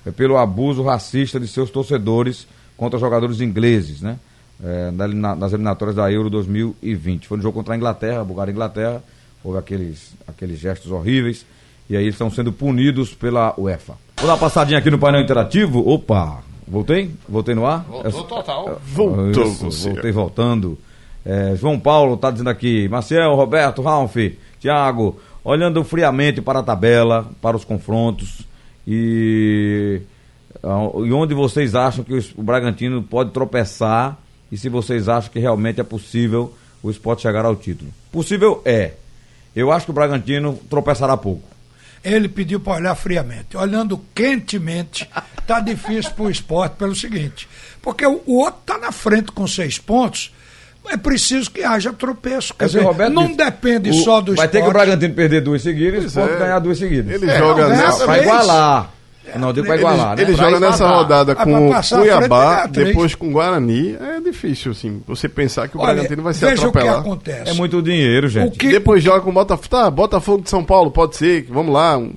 Speaker 3: é pelo abuso racista de seus torcedores contra jogadores ingleses, né? É, na elimina- nas eliminatórias da Euro 2020. Foi no jogo contra a Inglaterra, Bulgária e Inglaterra, houve aqueles, aqueles gestos horríveis, e aí eles estão sendo punidos pela UEFA. Vou dar uma passadinha aqui no painel interativo. Opa! Voltei? Voltei no ar? É
Speaker 5: Voltou total.
Speaker 6: Voltou você.
Speaker 3: Voltei voltando. É, João Paulo está dizendo aqui, Marcel, Roberto, Ralf, Thiago, olhando friamente para a tabela, para os confrontos e, ah, e onde vocês acham que o es- o Bragantino pode tropeçar e se vocês acham que realmente é possível o esporte chegar ao título. Possível é. Eu acho que o Bragantino tropeçará pouco.
Speaker 4: Ele pediu para olhar friamente. Olhando quentemente, tá difícil para o esporte pelo seguinte: porque o o outro tá na frente com seis pontos, é preciso que haja tropeço. Quer
Speaker 3: É o que
Speaker 4: dizer,
Speaker 3: o Roberto
Speaker 4: não
Speaker 3: disse.
Speaker 4: depende
Speaker 3: O-
Speaker 4: só do
Speaker 3: Vai
Speaker 4: esporte.
Speaker 3: ter que o Bragantino perder duas seguidas e
Speaker 6: Pois
Speaker 3: o esporte
Speaker 6: é.
Speaker 3: ganhar duas seguidas.
Speaker 6: Ele joga
Speaker 4: não,
Speaker 6: nessa.
Speaker 4: dessa
Speaker 3: Pra
Speaker 4: vez-
Speaker 3: igualar. Não, deu pra Ah,
Speaker 6: Ele,
Speaker 3: igualar, né?
Speaker 6: ele
Speaker 5: Pra
Speaker 6: joga nessa
Speaker 5: empatar.
Speaker 6: rodada
Speaker 4: Mas
Speaker 6: com
Speaker 4: pra passar à
Speaker 3: é
Speaker 4: frente, ele
Speaker 6: Cuiabá,
Speaker 4: ganha três.
Speaker 6: depois com Guarani. É difícil, assim, você pensar que o
Speaker 4: Olha,
Speaker 6: Bragantino vai se
Speaker 4: veja
Speaker 6: atropelar.
Speaker 4: o que acontece.
Speaker 3: É muito dinheiro,
Speaker 4: o
Speaker 3: gente.
Speaker 4: que
Speaker 6: Depois joga com o Botafogo. Tá, Botafogo de São Paulo, pode ser. que Vamos lá, um,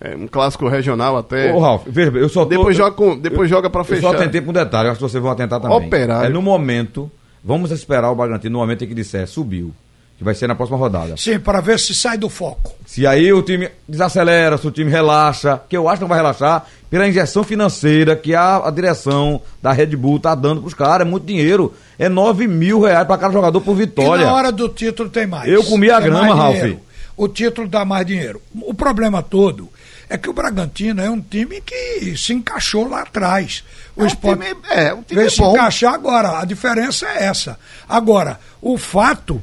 Speaker 6: é, um clássico regional até.
Speaker 3: Ô, Ralf, veja bem, eu só tô-
Speaker 6: Depois joga com- depois joga pra
Speaker 3: Eu
Speaker 6: fechar.
Speaker 3: só tentei com um detalhe, eu acho que vocês vão atentar também.
Speaker 6: Operário.
Speaker 3: É no momento, vamos esperar o Bragantino no momento em que disser, subiu. que vai ser na próxima rodada.
Speaker 4: Sim, para ver se sai do foco.
Speaker 3: Se aí o time desacelera, se o time relaxa, que eu acho que não vai relaxar, pela injeção financeira que a, a direção da Red Bull tá dando pros caras, é muito dinheiro. É 9 mil reais pra cada jogador por vitória.
Speaker 4: E na hora do título tem mais.
Speaker 3: Eu comi a
Speaker 4: Tem
Speaker 3: grama,
Speaker 4: mais
Speaker 3: Ralf.
Speaker 4: dinheiro. O título dá mais dinheiro. O problema todo é que o Bragantino é um time que se encaixou lá atrás. O
Speaker 5: É um
Speaker 4: Sport
Speaker 5: time- é, um time
Speaker 4: veio se
Speaker 5: bom.
Speaker 4: encaixar agora. A diferença é essa. Agora, o fato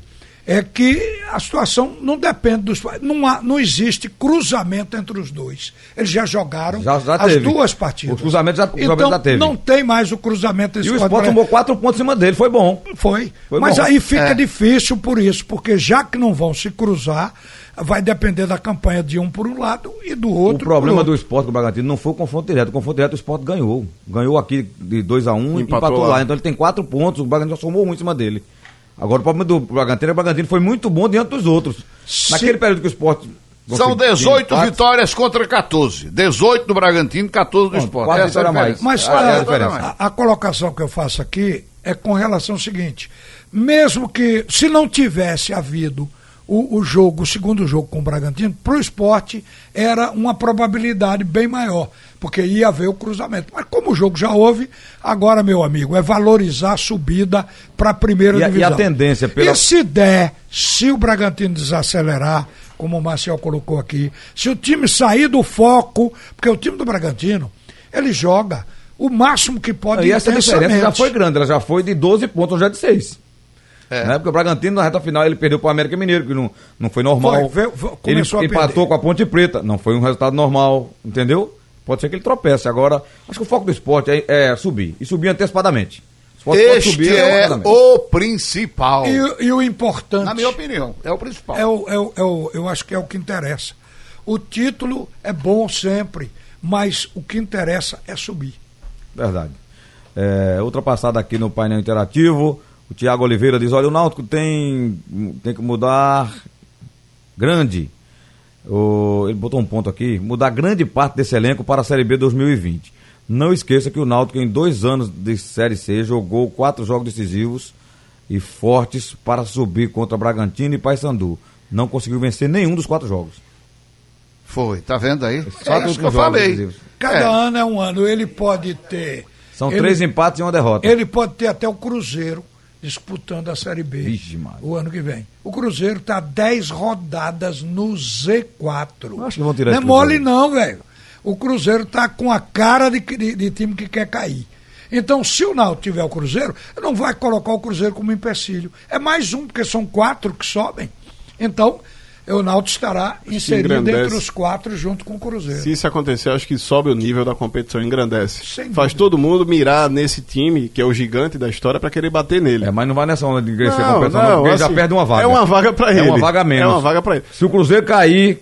Speaker 4: é que a situação não depende dos. Não, há- não existe cruzamento entre os dois. Eles já jogaram
Speaker 3: Já- já
Speaker 4: as
Speaker 3: teve.
Speaker 4: duas partidas.
Speaker 3: Os cruzamentos já- os
Speaker 4: então,
Speaker 3: cruzamentos já teve.
Speaker 4: Não tem mais o cruzamento
Speaker 3: E
Speaker 4: entre
Speaker 3: o
Speaker 4: os
Speaker 3: Sport tomou quatro pontos em cima dele, foi bom.
Speaker 4: foi.
Speaker 3: Foi
Speaker 4: Mas
Speaker 3: bom.
Speaker 4: aí fica
Speaker 5: É.
Speaker 4: difícil por isso, porque já que não vão se cruzar, vai depender da campanha de um por um lado e do outro.
Speaker 3: O problema
Speaker 4: por
Speaker 3: do
Speaker 4: outro.
Speaker 3: esporte com o Bragantino não foi o confronto direto. O confronto direto o esporte ganhou. Ganhou aqui de 2 a 1 um, e
Speaker 6: Empatou
Speaker 3: empatou lá.
Speaker 6: lá.
Speaker 3: Então ele tem quatro pontos, o Bragantino já somou um em cima dele. Agora o problema do Bragantino é que o Bragantino foi muito bom diante dos outros.
Speaker 4: Se-
Speaker 3: Naquele período que o esporte.
Speaker 5: São 18 vitórias contra 14. 18 do Bragantino, 14 do
Speaker 3: Bom,
Speaker 5: Sport.
Speaker 3: quatro vitórias a mais.
Speaker 4: Mas
Speaker 3: Ah, é a
Speaker 4: a-
Speaker 3: diferença.
Speaker 4: a, a colocação que eu faço aqui é com relação ao seguinte: mesmo que se não tivesse havido o, o jogo, o segundo jogo com o Bragantino, para o esporte era uma probabilidade bem maior, porque ia haver o cruzamento. Mas como o jogo já houve, agora, meu amigo, é valorizar a subida para a primeira
Speaker 3: E a- e a
Speaker 4: divisão.
Speaker 3: tendência pela-
Speaker 4: E se der, se o Bragantino desacelerar, como o Marcel colocou aqui, se o time sair do foco, porque o time do Bragantino, ele joga o máximo que pode
Speaker 3: E essa diferença já
Speaker 4: intensamente.
Speaker 3: foi grande, ela já foi de 12 pontos, hoje é de 6.
Speaker 5: É.
Speaker 3: Né? Porque o Bragantino na reta final ele perdeu para o América Mineiro, que não, não foi normal.
Speaker 4: Foi, veio- veio-
Speaker 3: ele
Speaker 4: começou a
Speaker 3: empatou
Speaker 4: perder.
Speaker 3: com a Ponte Preta, não foi um resultado normal, entendeu? Pode ser que ele tropece. Agora, acho que o foco do esporte é, é subir, e subir antecipadamente. O esporte pode
Speaker 5: Este é
Speaker 3: antecipadamente.
Speaker 5: o principal.
Speaker 4: E, o- e o importante
Speaker 5: Na minha opinião, é o principal.
Speaker 4: é o, é o- é o- eu acho que é o que interessa. O título é bom sempre, mas o que interessa é subir.
Speaker 3: Verdade. É, outra passada aqui no painel interativo. O Tiago Oliveira diz: olha, o Náutico tem, tem que mudar grande. O- ele botou um ponto aqui: mudar grande parte desse elenco para a Série B 2020. Não esqueça que o Náutico, em dois anos de Série C, jogou quatro jogos decisivos e fortes para subir contra Bragantino e Paysandu. Não conseguiu vencer nenhum dos quatro jogos.
Speaker 5: Foi, tá vendo aí?
Speaker 3: Só
Speaker 5: é
Speaker 3: dos
Speaker 5: isso que eu
Speaker 3: jogos,
Speaker 5: falei.
Speaker 3: inclusive.
Speaker 4: Cada
Speaker 5: É.
Speaker 4: ano é um ano. Ele pode ter.
Speaker 3: São
Speaker 4: ele-
Speaker 3: três empates e uma derrota.
Speaker 4: Ele pode ter até o Cruzeiro disputando a Série B
Speaker 3: Vixe, Maria.
Speaker 4: o ano que vem. O Cruzeiro está 10 rodadas no Z4.
Speaker 3: Eu acho que vão tirar
Speaker 4: não é
Speaker 3: esse
Speaker 4: mole
Speaker 3: Cruzeiro.
Speaker 4: não, velho. O Cruzeiro está com a cara de, que- de- de time que quer cair. Então, se o Náutico tiver o Cruzeiro, não vai colocar o Cruzeiro como empecilho. É mais um, porque são quatro que sobem. Então, o Náutico estará inserido
Speaker 6: engrandece.
Speaker 4: entre os quatro junto com o Cruzeiro.
Speaker 6: Se isso acontecer, acho que sobe o nível da competição, engrandece.
Speaker 4: Sem
Speaker 6: Faz
Speaker 4: dúvida.
Speaker 6: todo mundo mirar nesse time, que é o gigante da história, pra querer bater nele.
Speaker 3: É, mas não vai nessa onda de crescer
Speaker 6: Não,
Speaker 3: competição,
Speaker 6: não,
Speaker 3: não, porque ele já
Speaker 6: assim,
Speaker 3: perde uma vaga.
Speaker 6: é uma vaga pra
Speaker 3: É uma
Speaker 6: ele.
Speaker 3: vaga a menos.
Speaker 6: É uma vaga pra ele.
Speaker 3: Se o Cruzeiro cair,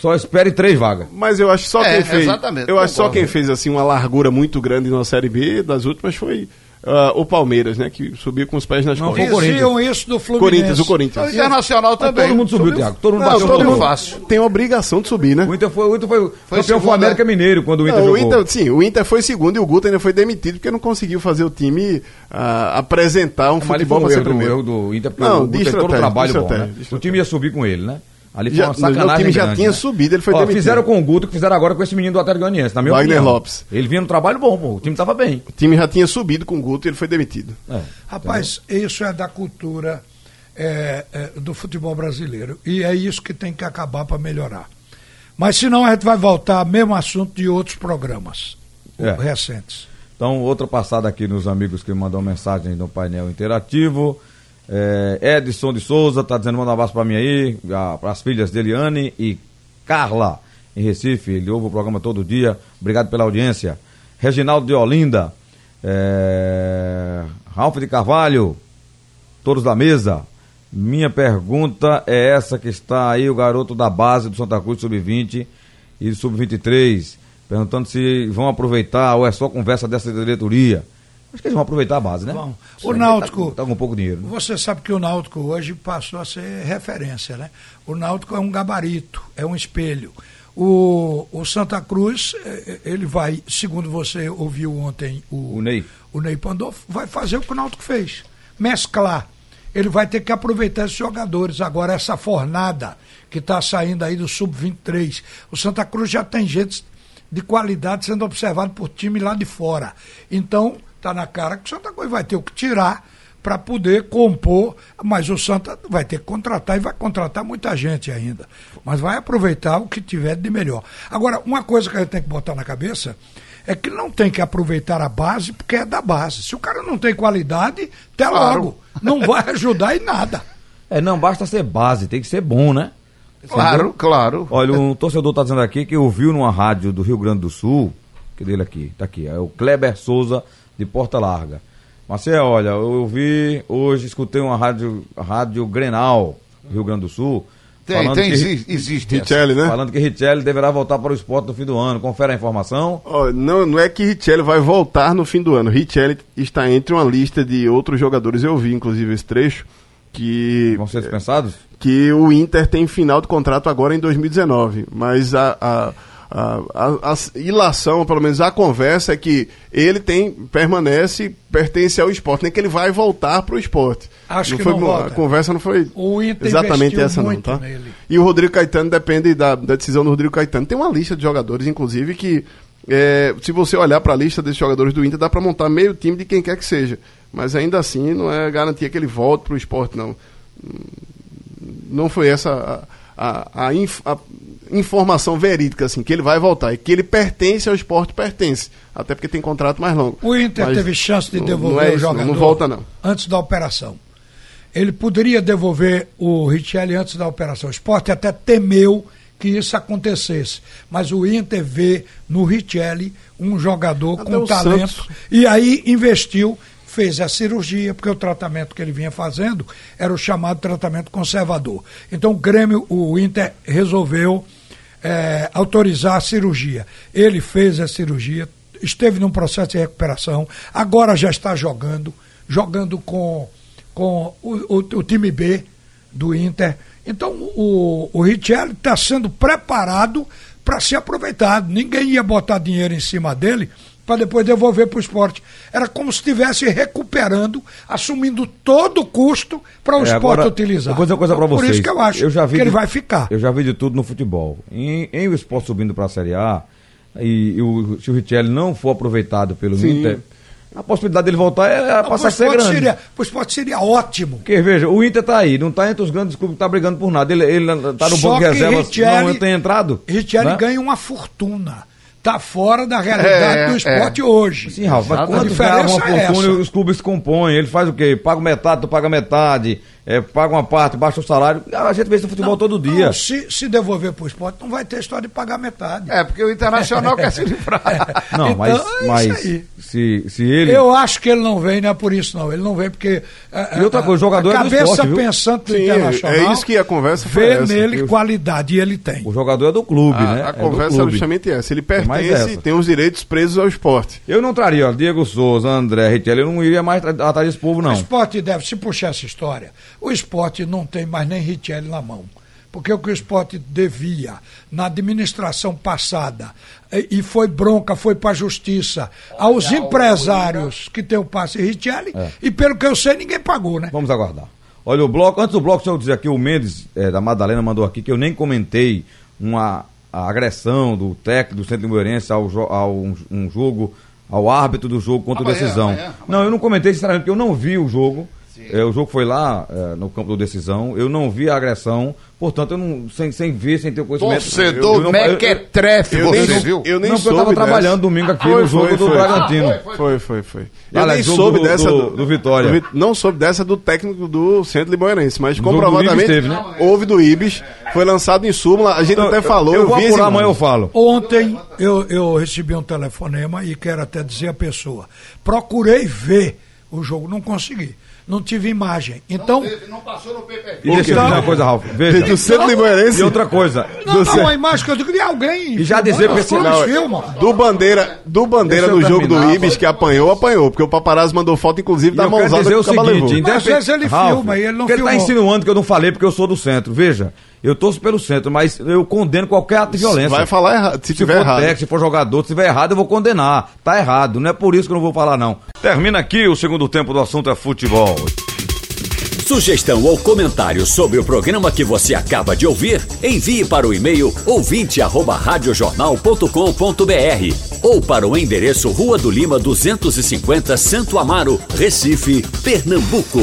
Speaker 3: só espere três vagas.
Speaker 6: Mas eu acho só
Speaker 5: É,
Speaker 6: quem fez.
Speaker 5: exatamente,
Speaker 6: eu acho só
Speaker 5: concordo.
Speaker 6: quem fez assim uma largura muito grande na série B das últimas foi ah, o Palmeiras, né, que subiu com os pés nas
Speaker 3: Não,
Speaker 6: costas.
Speaker 3: foi o
Speaker 4: Diziam isso do Fluminense.
Speaker 6: Corinthians, o
Speaker 5: Então, O
Speaker 6: Corinthians.
Speaker 5: Internacional
Speaker 3: Mas
Speaker 5: também.
Speaker 3: todo mundo subiu, Thiago. Todo mundo bateu
Speaker 5: todo
Speaker 3: todo
Speaker 5: mundo
Speaker 3: mundo.
Speaker 5: fácil.
Speaker 6: Tem obrigação de subir, né?
Speaker 3: O Inter foi, o Inter foi, campeão
Speaker 5: segundo,
Speaker 3: foi o América
Speaker 5: né?
Speaker 3: Mineiro quando o Inter
Speaker 6: Não,
Speaker 3: jogou.
Speaker 6: o Inter, sim, o Inter foi segundo e o Guto ainda foi demitido porque não conseguiu fazer o time ah, apresentar um
Speaker 3: Mas ali foi
Speaker 6: futebol
Speaker 3: um
Speaker 6: para ser
Speaker 3: erro, do,
Speaker 6: primeiro.
Speaker 3: erro do Inter, porque
Speaker 6: Não,
Speaker 3: o
Speaker 6: de
Speaker 3: Inter todo o
Speaker 6: estratégia,
Speaker 3: trabalho
Speaker 6: de
Speaker 3: bom, né?
Speaker 6: estratégia, de
Speaker 3: O time ia subir com ele, né? Ali foi
Speaker 6: Já-
Speaker 3: uma
Speaker 6: não,
Speaker 3: sacanagem
Speaker 6: o time já
Speaker 3: grande,
Speaker 6: tinha
Speaker 3: né?
Speaker 6: subido, ele foi demitido.
Speaker 3: Fizeram com o Guto o que fizeram agora com esse menino do Atlético Goianiense, na minha
Speaker 6: Wagner
Speaker 3: opinião.
Speaker 6: Lopes.
Speaker 3: Ele vinha no trabalho bom, pô. O time tava bem.
Speaker 6: O time já tinha subido com o Guto e ele foi demitido.
Speaker 3: É.
Speaker 4: Rapaz, isso é da cultura é, é, do futebol brasileiro. E é isso que tem que acabar para melhorar. Mas senão a gente vai voltar ao mesmo assunto de outros programas
Speaker 3: É.
Speaker 4: recentes.
Speaker 3: Então, outra passada aqui nos amigos que mandam mensagem no painel interativo. É, Edson de Souza tá dizendo, manda um abraço pra mim aí, para as filhas dele, Anne e Carla, em Recife. Ele ouve o programa todo dia. Obrigado pela audiência. Reginaldo de Olinda. É, Ralph de Carvalho, todos da mesa. Minha pergunta é essa que está aí, o garoto da base do Santa Cruz Sub-20 e do Sub-23, perguntando se vão aproveitar ou é só conversa dessa diretoria. Acho que eles vão aproveitar a base, né?
Speaker 4: Vão.
Speaker 3: Isso
Speaker 4: O
Speaker 3: aí,
Speaker 4: Náutico-
Speaker 3: Tá, tá com pouco dinheiro. né?
Speaker 4: Você sabe que o Náutico hoje passou a ser referência, né? O Náutico é um gabarito, é um espelho. O, o Santa Cruz, eh, ele vai, segundo você ouviu ontem o,
Speaker 3: O Ney.
Speaker 4: o Ney Pandolfo, vai fazer o que o Náutico fez, mesclar. ele vai ter que aproveitar esses jogadores. Agora, essa fornada que está saindo aí do Sub-23, o Santa Cruz já tem gente de qualidade sendo observado por time lá de fora. Então, está na cara que o Santa Cruz vai ter o que tirar para poder compor, mas o Santa vai ter que contratar e vai contratar muita gente ainda. Mas vai aproveitar o que tiver de melhor. Agora, uma coisa que a gente tem que botar na cabeça é que não tem que aproveitar a base porque é da base. Se o cara não tem qualidade, até
Speaker 5: Claro.
Speaker 4: logo. Não vai ajudar em nada.
Speaker 3: É, não basta ser base, tem que ser bom, né?
Speaker 5: Claro, claro.
Speaker 3: Olha, um torcedor tá dizendo aqui que ouviu numa rádio do Rio Grande do Sul, que dele aqui, tá aqui, é o Kleber Souza de Porta Larga. Marcel, olha, eu vi hoje, escutei uma rádio, rádio Grenal, Rio Grande do Sul,
Speaker 5: Tem,
Speaker 3: falando,
Speaker 5: tem,
Speaker 3: que,
Speaker 5: exi- existe. essa.
Speaker 6: Richelli, né?
Speaker 3: falando que Richelli deverá voltar para o esporte no fim do ano. Confere a informação.
Speaker 6: Ó, não, não é que Richelli vai voltar no fim do ano. Richelli está entre uma lista de outros jogadores. Eu vi, inclusive, esse trecho. Que
Speaker 3: Vão
Speaker 5: É.
Speaker 3: ser dispensados?
Speaker 6: que o Inter tem final de contrato agora em 2019, mas a, a, a- a- a ilação, pelo menos a conversa, é que ele tem, permanece, pertence ao esporte, nem que ele vai voltar para o esporte.
Speaker 4: Acho que
Speaker 6: foi,
Speaker 4: não
Speaker 6: bom,
Speaker 4: volta.
Speaker 6: A conversa não foi
Speaker 4: O Inter
Speaker 6: exatamente
Speaker 4: investiu
Speaker 6: essa não,
Speaker 4: muito
Speaker 6: tá?
Speaker 4: nele.
Speaker 6: E o Rodrigo Caetano depende da, da decisão do Rodrigo Caetano. Tem uma lista de jogadores, inclusive, que é, se você olhar para a lista desses jogadores do Inter, dá para montar meio time de quem quer que seja. Mas ainda assim, não é garantia que ele volte para o esporte, não não foi essa a, a- a inf- a informação verídica, assim, que ele vai voltar. E que ele pertence ao esporte, pertence. Até porque tem contrato mais longo.
Speaker 4: O Inter
Speaker 6: Mas
Speaker 4: teve chance de
Speaker 6: não-
Speaker 4: devolver
Speaker 6: não é
Speaker 4: o
Speaker 6: isso, não.
Speaker 4: jogador
Speaker 6: Não volta, não.
Speaker 4: antes da operação. Ele poderia devolver o Richelli antes da operação. O esporte até temeu que isso acontecesse. Mas o Inter vê no Richelli um jogador
Speaker 6: Até
Speaker 4: com
Speaker 6: o
Speaker 4: talento.
Speaker 6: Santos.
Speaker 4: E aí investiu, fez a cirurgia, porque o tratamento que ele vinha fazendo era o chamado tratamento conservador. Então o Grêmio, o Inter resolveu eh, autorizar a cirurgia. Ele fez a cirurgia, esteve num processo de recuperação, agora já está jogando, jogando com, com o, o- o time B do Inter. Então o, o Richelli está sendo preparado para ser aproveitado. Ninguém ia botar dinheiro em cima dele para depois devolver para o esporte. Era como se estivesse recuperando, assumindo todo o custo para o
Speaker 3: É,
Speaker 4: esporte
Speaker 3: agora,
Speaker 4: utilizar.
Speaker 3: Eu vou dizer uma coisa pra vocês.
Speaker 4: Por isso que eu acho
Speaker 3: já vi
Speaker 4: que ele
Speaker 3: de-
Speaker 4: vai ficar.
Speaker 3: Eu já vi de tudo no futebol. Em, em o esporte subindo pra Série A, e, e o, se o Richelli não for aproveitado pelo Inter, a possibilidade dele voltar é, é,
Speaker 4: Para
Speaker 3: passa a ser grande.
Speaker 4: Seria, para o esporte seria ótimo.
Speaker 3: Porque, veja, o Inter tá aí, não tá entre os grandes clubes que tá brigando por nada. Ele, ele tá no
Speaker 4: Só
Speaker 3: banco de
Speaker 4: que
Speaker 3: reservas, não
Speaker 4: Richelli-
Speaker 3: tem entrado.
Speaker 4: Richelli
Speaker 3: né?
Speaker 4: ganha uma fortuna. Está fora da realidade
Speaker 5: É,
Speaker 4: do esporte hoje.
Speaker 3: Sim, Ralf, mas
Speaker 4: A
Speaker 3: quando ganha
Speaker 4: diferença
Speaker 3: uma
Speaker 4: é
Speaker 3: fortuna,
Speaker 4: essa.
Speaker 3: os clubes compõem. Ele faz o quê? Paga metade, tu paga metade. é, paga uma parte, baixa o salário. A gente vê isso no futebol todo dia.
Speaker 4: Não, se, se devolver para o esporte, não vai ter história de pagar metade.
Speaker 5: É, porque o Internacional quer se livrar.
Speaker 3: Não,
Speaker 4: Então,
Speaker 3: mas,
Speaker 4: é isso
Speaker 3: mas
Speaker 4: aí.
Speaker 3: se, se ele.
Speaker 4: Eu acho que ele não vem, não é por isso não. Ele não vem porque.
Speaker 3: E outra coisa, o jogador é
Speaker 4: a
Speaker 3: do
Speaker 4: cabeça
Speaker 3: esporte, viu?
Speaker 4: pensando do
Speaker 6: Sim,
Speaker 4: internacional.
Speaker 6: é isso que a conversa foi
Speaker 4: vê
Speaker 6: essa.
Speaker 4: nele
Speaker 6: Eu-
Speaker 4: qualidade e ele tem.
Speaker 3: O jogador é do clube,
Speaker 6: A,
Speaker 3: né?
Speaker 6: a
Speaker 3: É do
Speaker 6: conversa é
Speaker 3: clube.
Speaker 6: justamente essa. Ele
Speaker 3: mais
Speaker 6: pertence e
Speaker 3: essa.
Speaker 6: tem os direitos presos ao esporte.
Speaker 3: Eu não traria, ó, Diego Souza, André Richelli, eu não iria mais tra- atrás desse povo,
Speaker 4: O
Speaker 3: não.
Speaker 4: esporte deve, se puxar essa história, o esporte não tem mais nem Richelli na mão. Porque o que o esporte devia na administração passada, e, e foi bronca, foi para a justiça, aos empresários que tem o passe Richelli, e pelo que eu sei, ninguém pagou, né?
Speaker 3: É. Vamos aguardar. Olha, o bloco, antes do bloco, deixa eu dizer aqui, o Mendes eh, da Madalena mandou aqui que eu nem comentei uma a agressão do técnico do Centro Limoeirense ao, jo- ao um, um jogo, ao árbitro do jogo contra
Speaker 5: Amanhã,
Speaker 3: o Decisão.
Speaker 5: amanhã, amanhã.
Speaker 3: Não, eu não comentei, sinceramente, porque eu não vi o jogo. Eh, o jogo foi lá eh, no campo do Decisão, eu não vi a agressão, portanto, eu não, sem, sem ver, sem ter conhecimento. eu- eu
Speaker 5: Torcedor
Speaker 3: não-
Speaker 5: mequetrefe,
Speaker 6: Eu nem-
Speaker 5: você viu?
Speaker 6: eu nem
Speaker 3: não, porque eu tava
Speaker 6: soube dessa.
Speaker 3: trabalhando domingo aqui
Speaker 6: Foi,
Speaker 3: no jogo
Speaker 6: foi,
Speaker 3: do
Speaker 6: foi.
Speaker 3: Bragantino.
Speaker 6: Foi, foi, foi. Eu
Speaker 3: Aliás,
Speaker 6: nem
Speaker 3: jogo
Speaker 6: soube
Speaker 3: do-
Speaker 6: dessa
Speaker 3: do- do Vitória.
Speaker 6: Vi- não soube dessa do técnico do Centro Limoeirense, mas
Speaker 3: jogo do
Speaker 6: comprovadamente
Speaker 3: Ibis teve, né?
Speaker 6: houve do Ibis, foi lançado em súmula, a gente
Speaker 3: Então,
Speaker 6: até falou,
Speaker 3: eu, eu vou
Speaker 6: vi esse
Speaker 3: apurar, amanhã
Speaker 6: nome.
Speaker 3: eu falo.
Speaker 4: Ontem eu, eu recebi um telefonema e quero até dizer à pessoa: procurei ver o jogo, não consegui. Não tive imagem. Então,
Speaker 5: Não passou no PPP.
Speaker 3: E deixa eu
Speaker 4: Então-
Speaker 3: dizer uma coisa, Ralf. Veja.
Speaker 6: Do Centro Limoeirense.
Speaker 3: E outra coisa.
Speaker 4: não
Speaker 6: Você-
Speaker 4: dá uma imagem que eu digo de alguém.
Speaker 3: E já
Speaker 4: filmando,
Speaker 3: dizer pra
Speaker 4: os
Speaker 3: esse-
Speaker 4: clubes
Speaker 3: não,
Speaker 4: filmam.
Speaker 6: é Do bandeira, do bandeira
Speaker 3: Deixa eu
Speaker 6: do jogo do
Speaker 3: terminar,
Speaker 6: Ibis, que apanhou, apanhou. Porque o paparazzo mandou foto, inclusive,
Speaker 3: E
Speaker 6: da
Speaker 3: eu quero
Speaker 6: mãozada que
Speaker 3: dizer
Speaker 6: o
Speaker 3: o
Speaker 6: cabal
Speaker 3: seguinte,
Speaker 4: Mas
Speaker 6: levou.
Speaker 4: às
Speaker 3: independ-
Speaker 4: vezes ele filma e ele não
Speaker 3: porque ele tá
Speaker 4: filmou.
Speaker 3: insinuando que eu não falei porque eu sou do centro. Veja, eu torço pelo centro, mas eu condeno qualquer ato de violência.
Speaker 6: Vai falar errado, se,
Speaker 3: se
Speaker 6: tiver
Speaker 3: for
Speaker 6: errado.
Speaker 3: técnico, se for jogador, se tiver errado, eu vou condenar. Tá errado, não é por isso que eu não vou falar, não. Termina aqui o segundo tempo do assunto é futebol.
Speaker 1: Sugestão ou comentário sobre o programa que você acaba de ouvir, envie para o e-mail ouvinte@radiojornal.com.br ou para o endereço Rua do Lima 250, Santo Amaro, Recife, Pernambuco.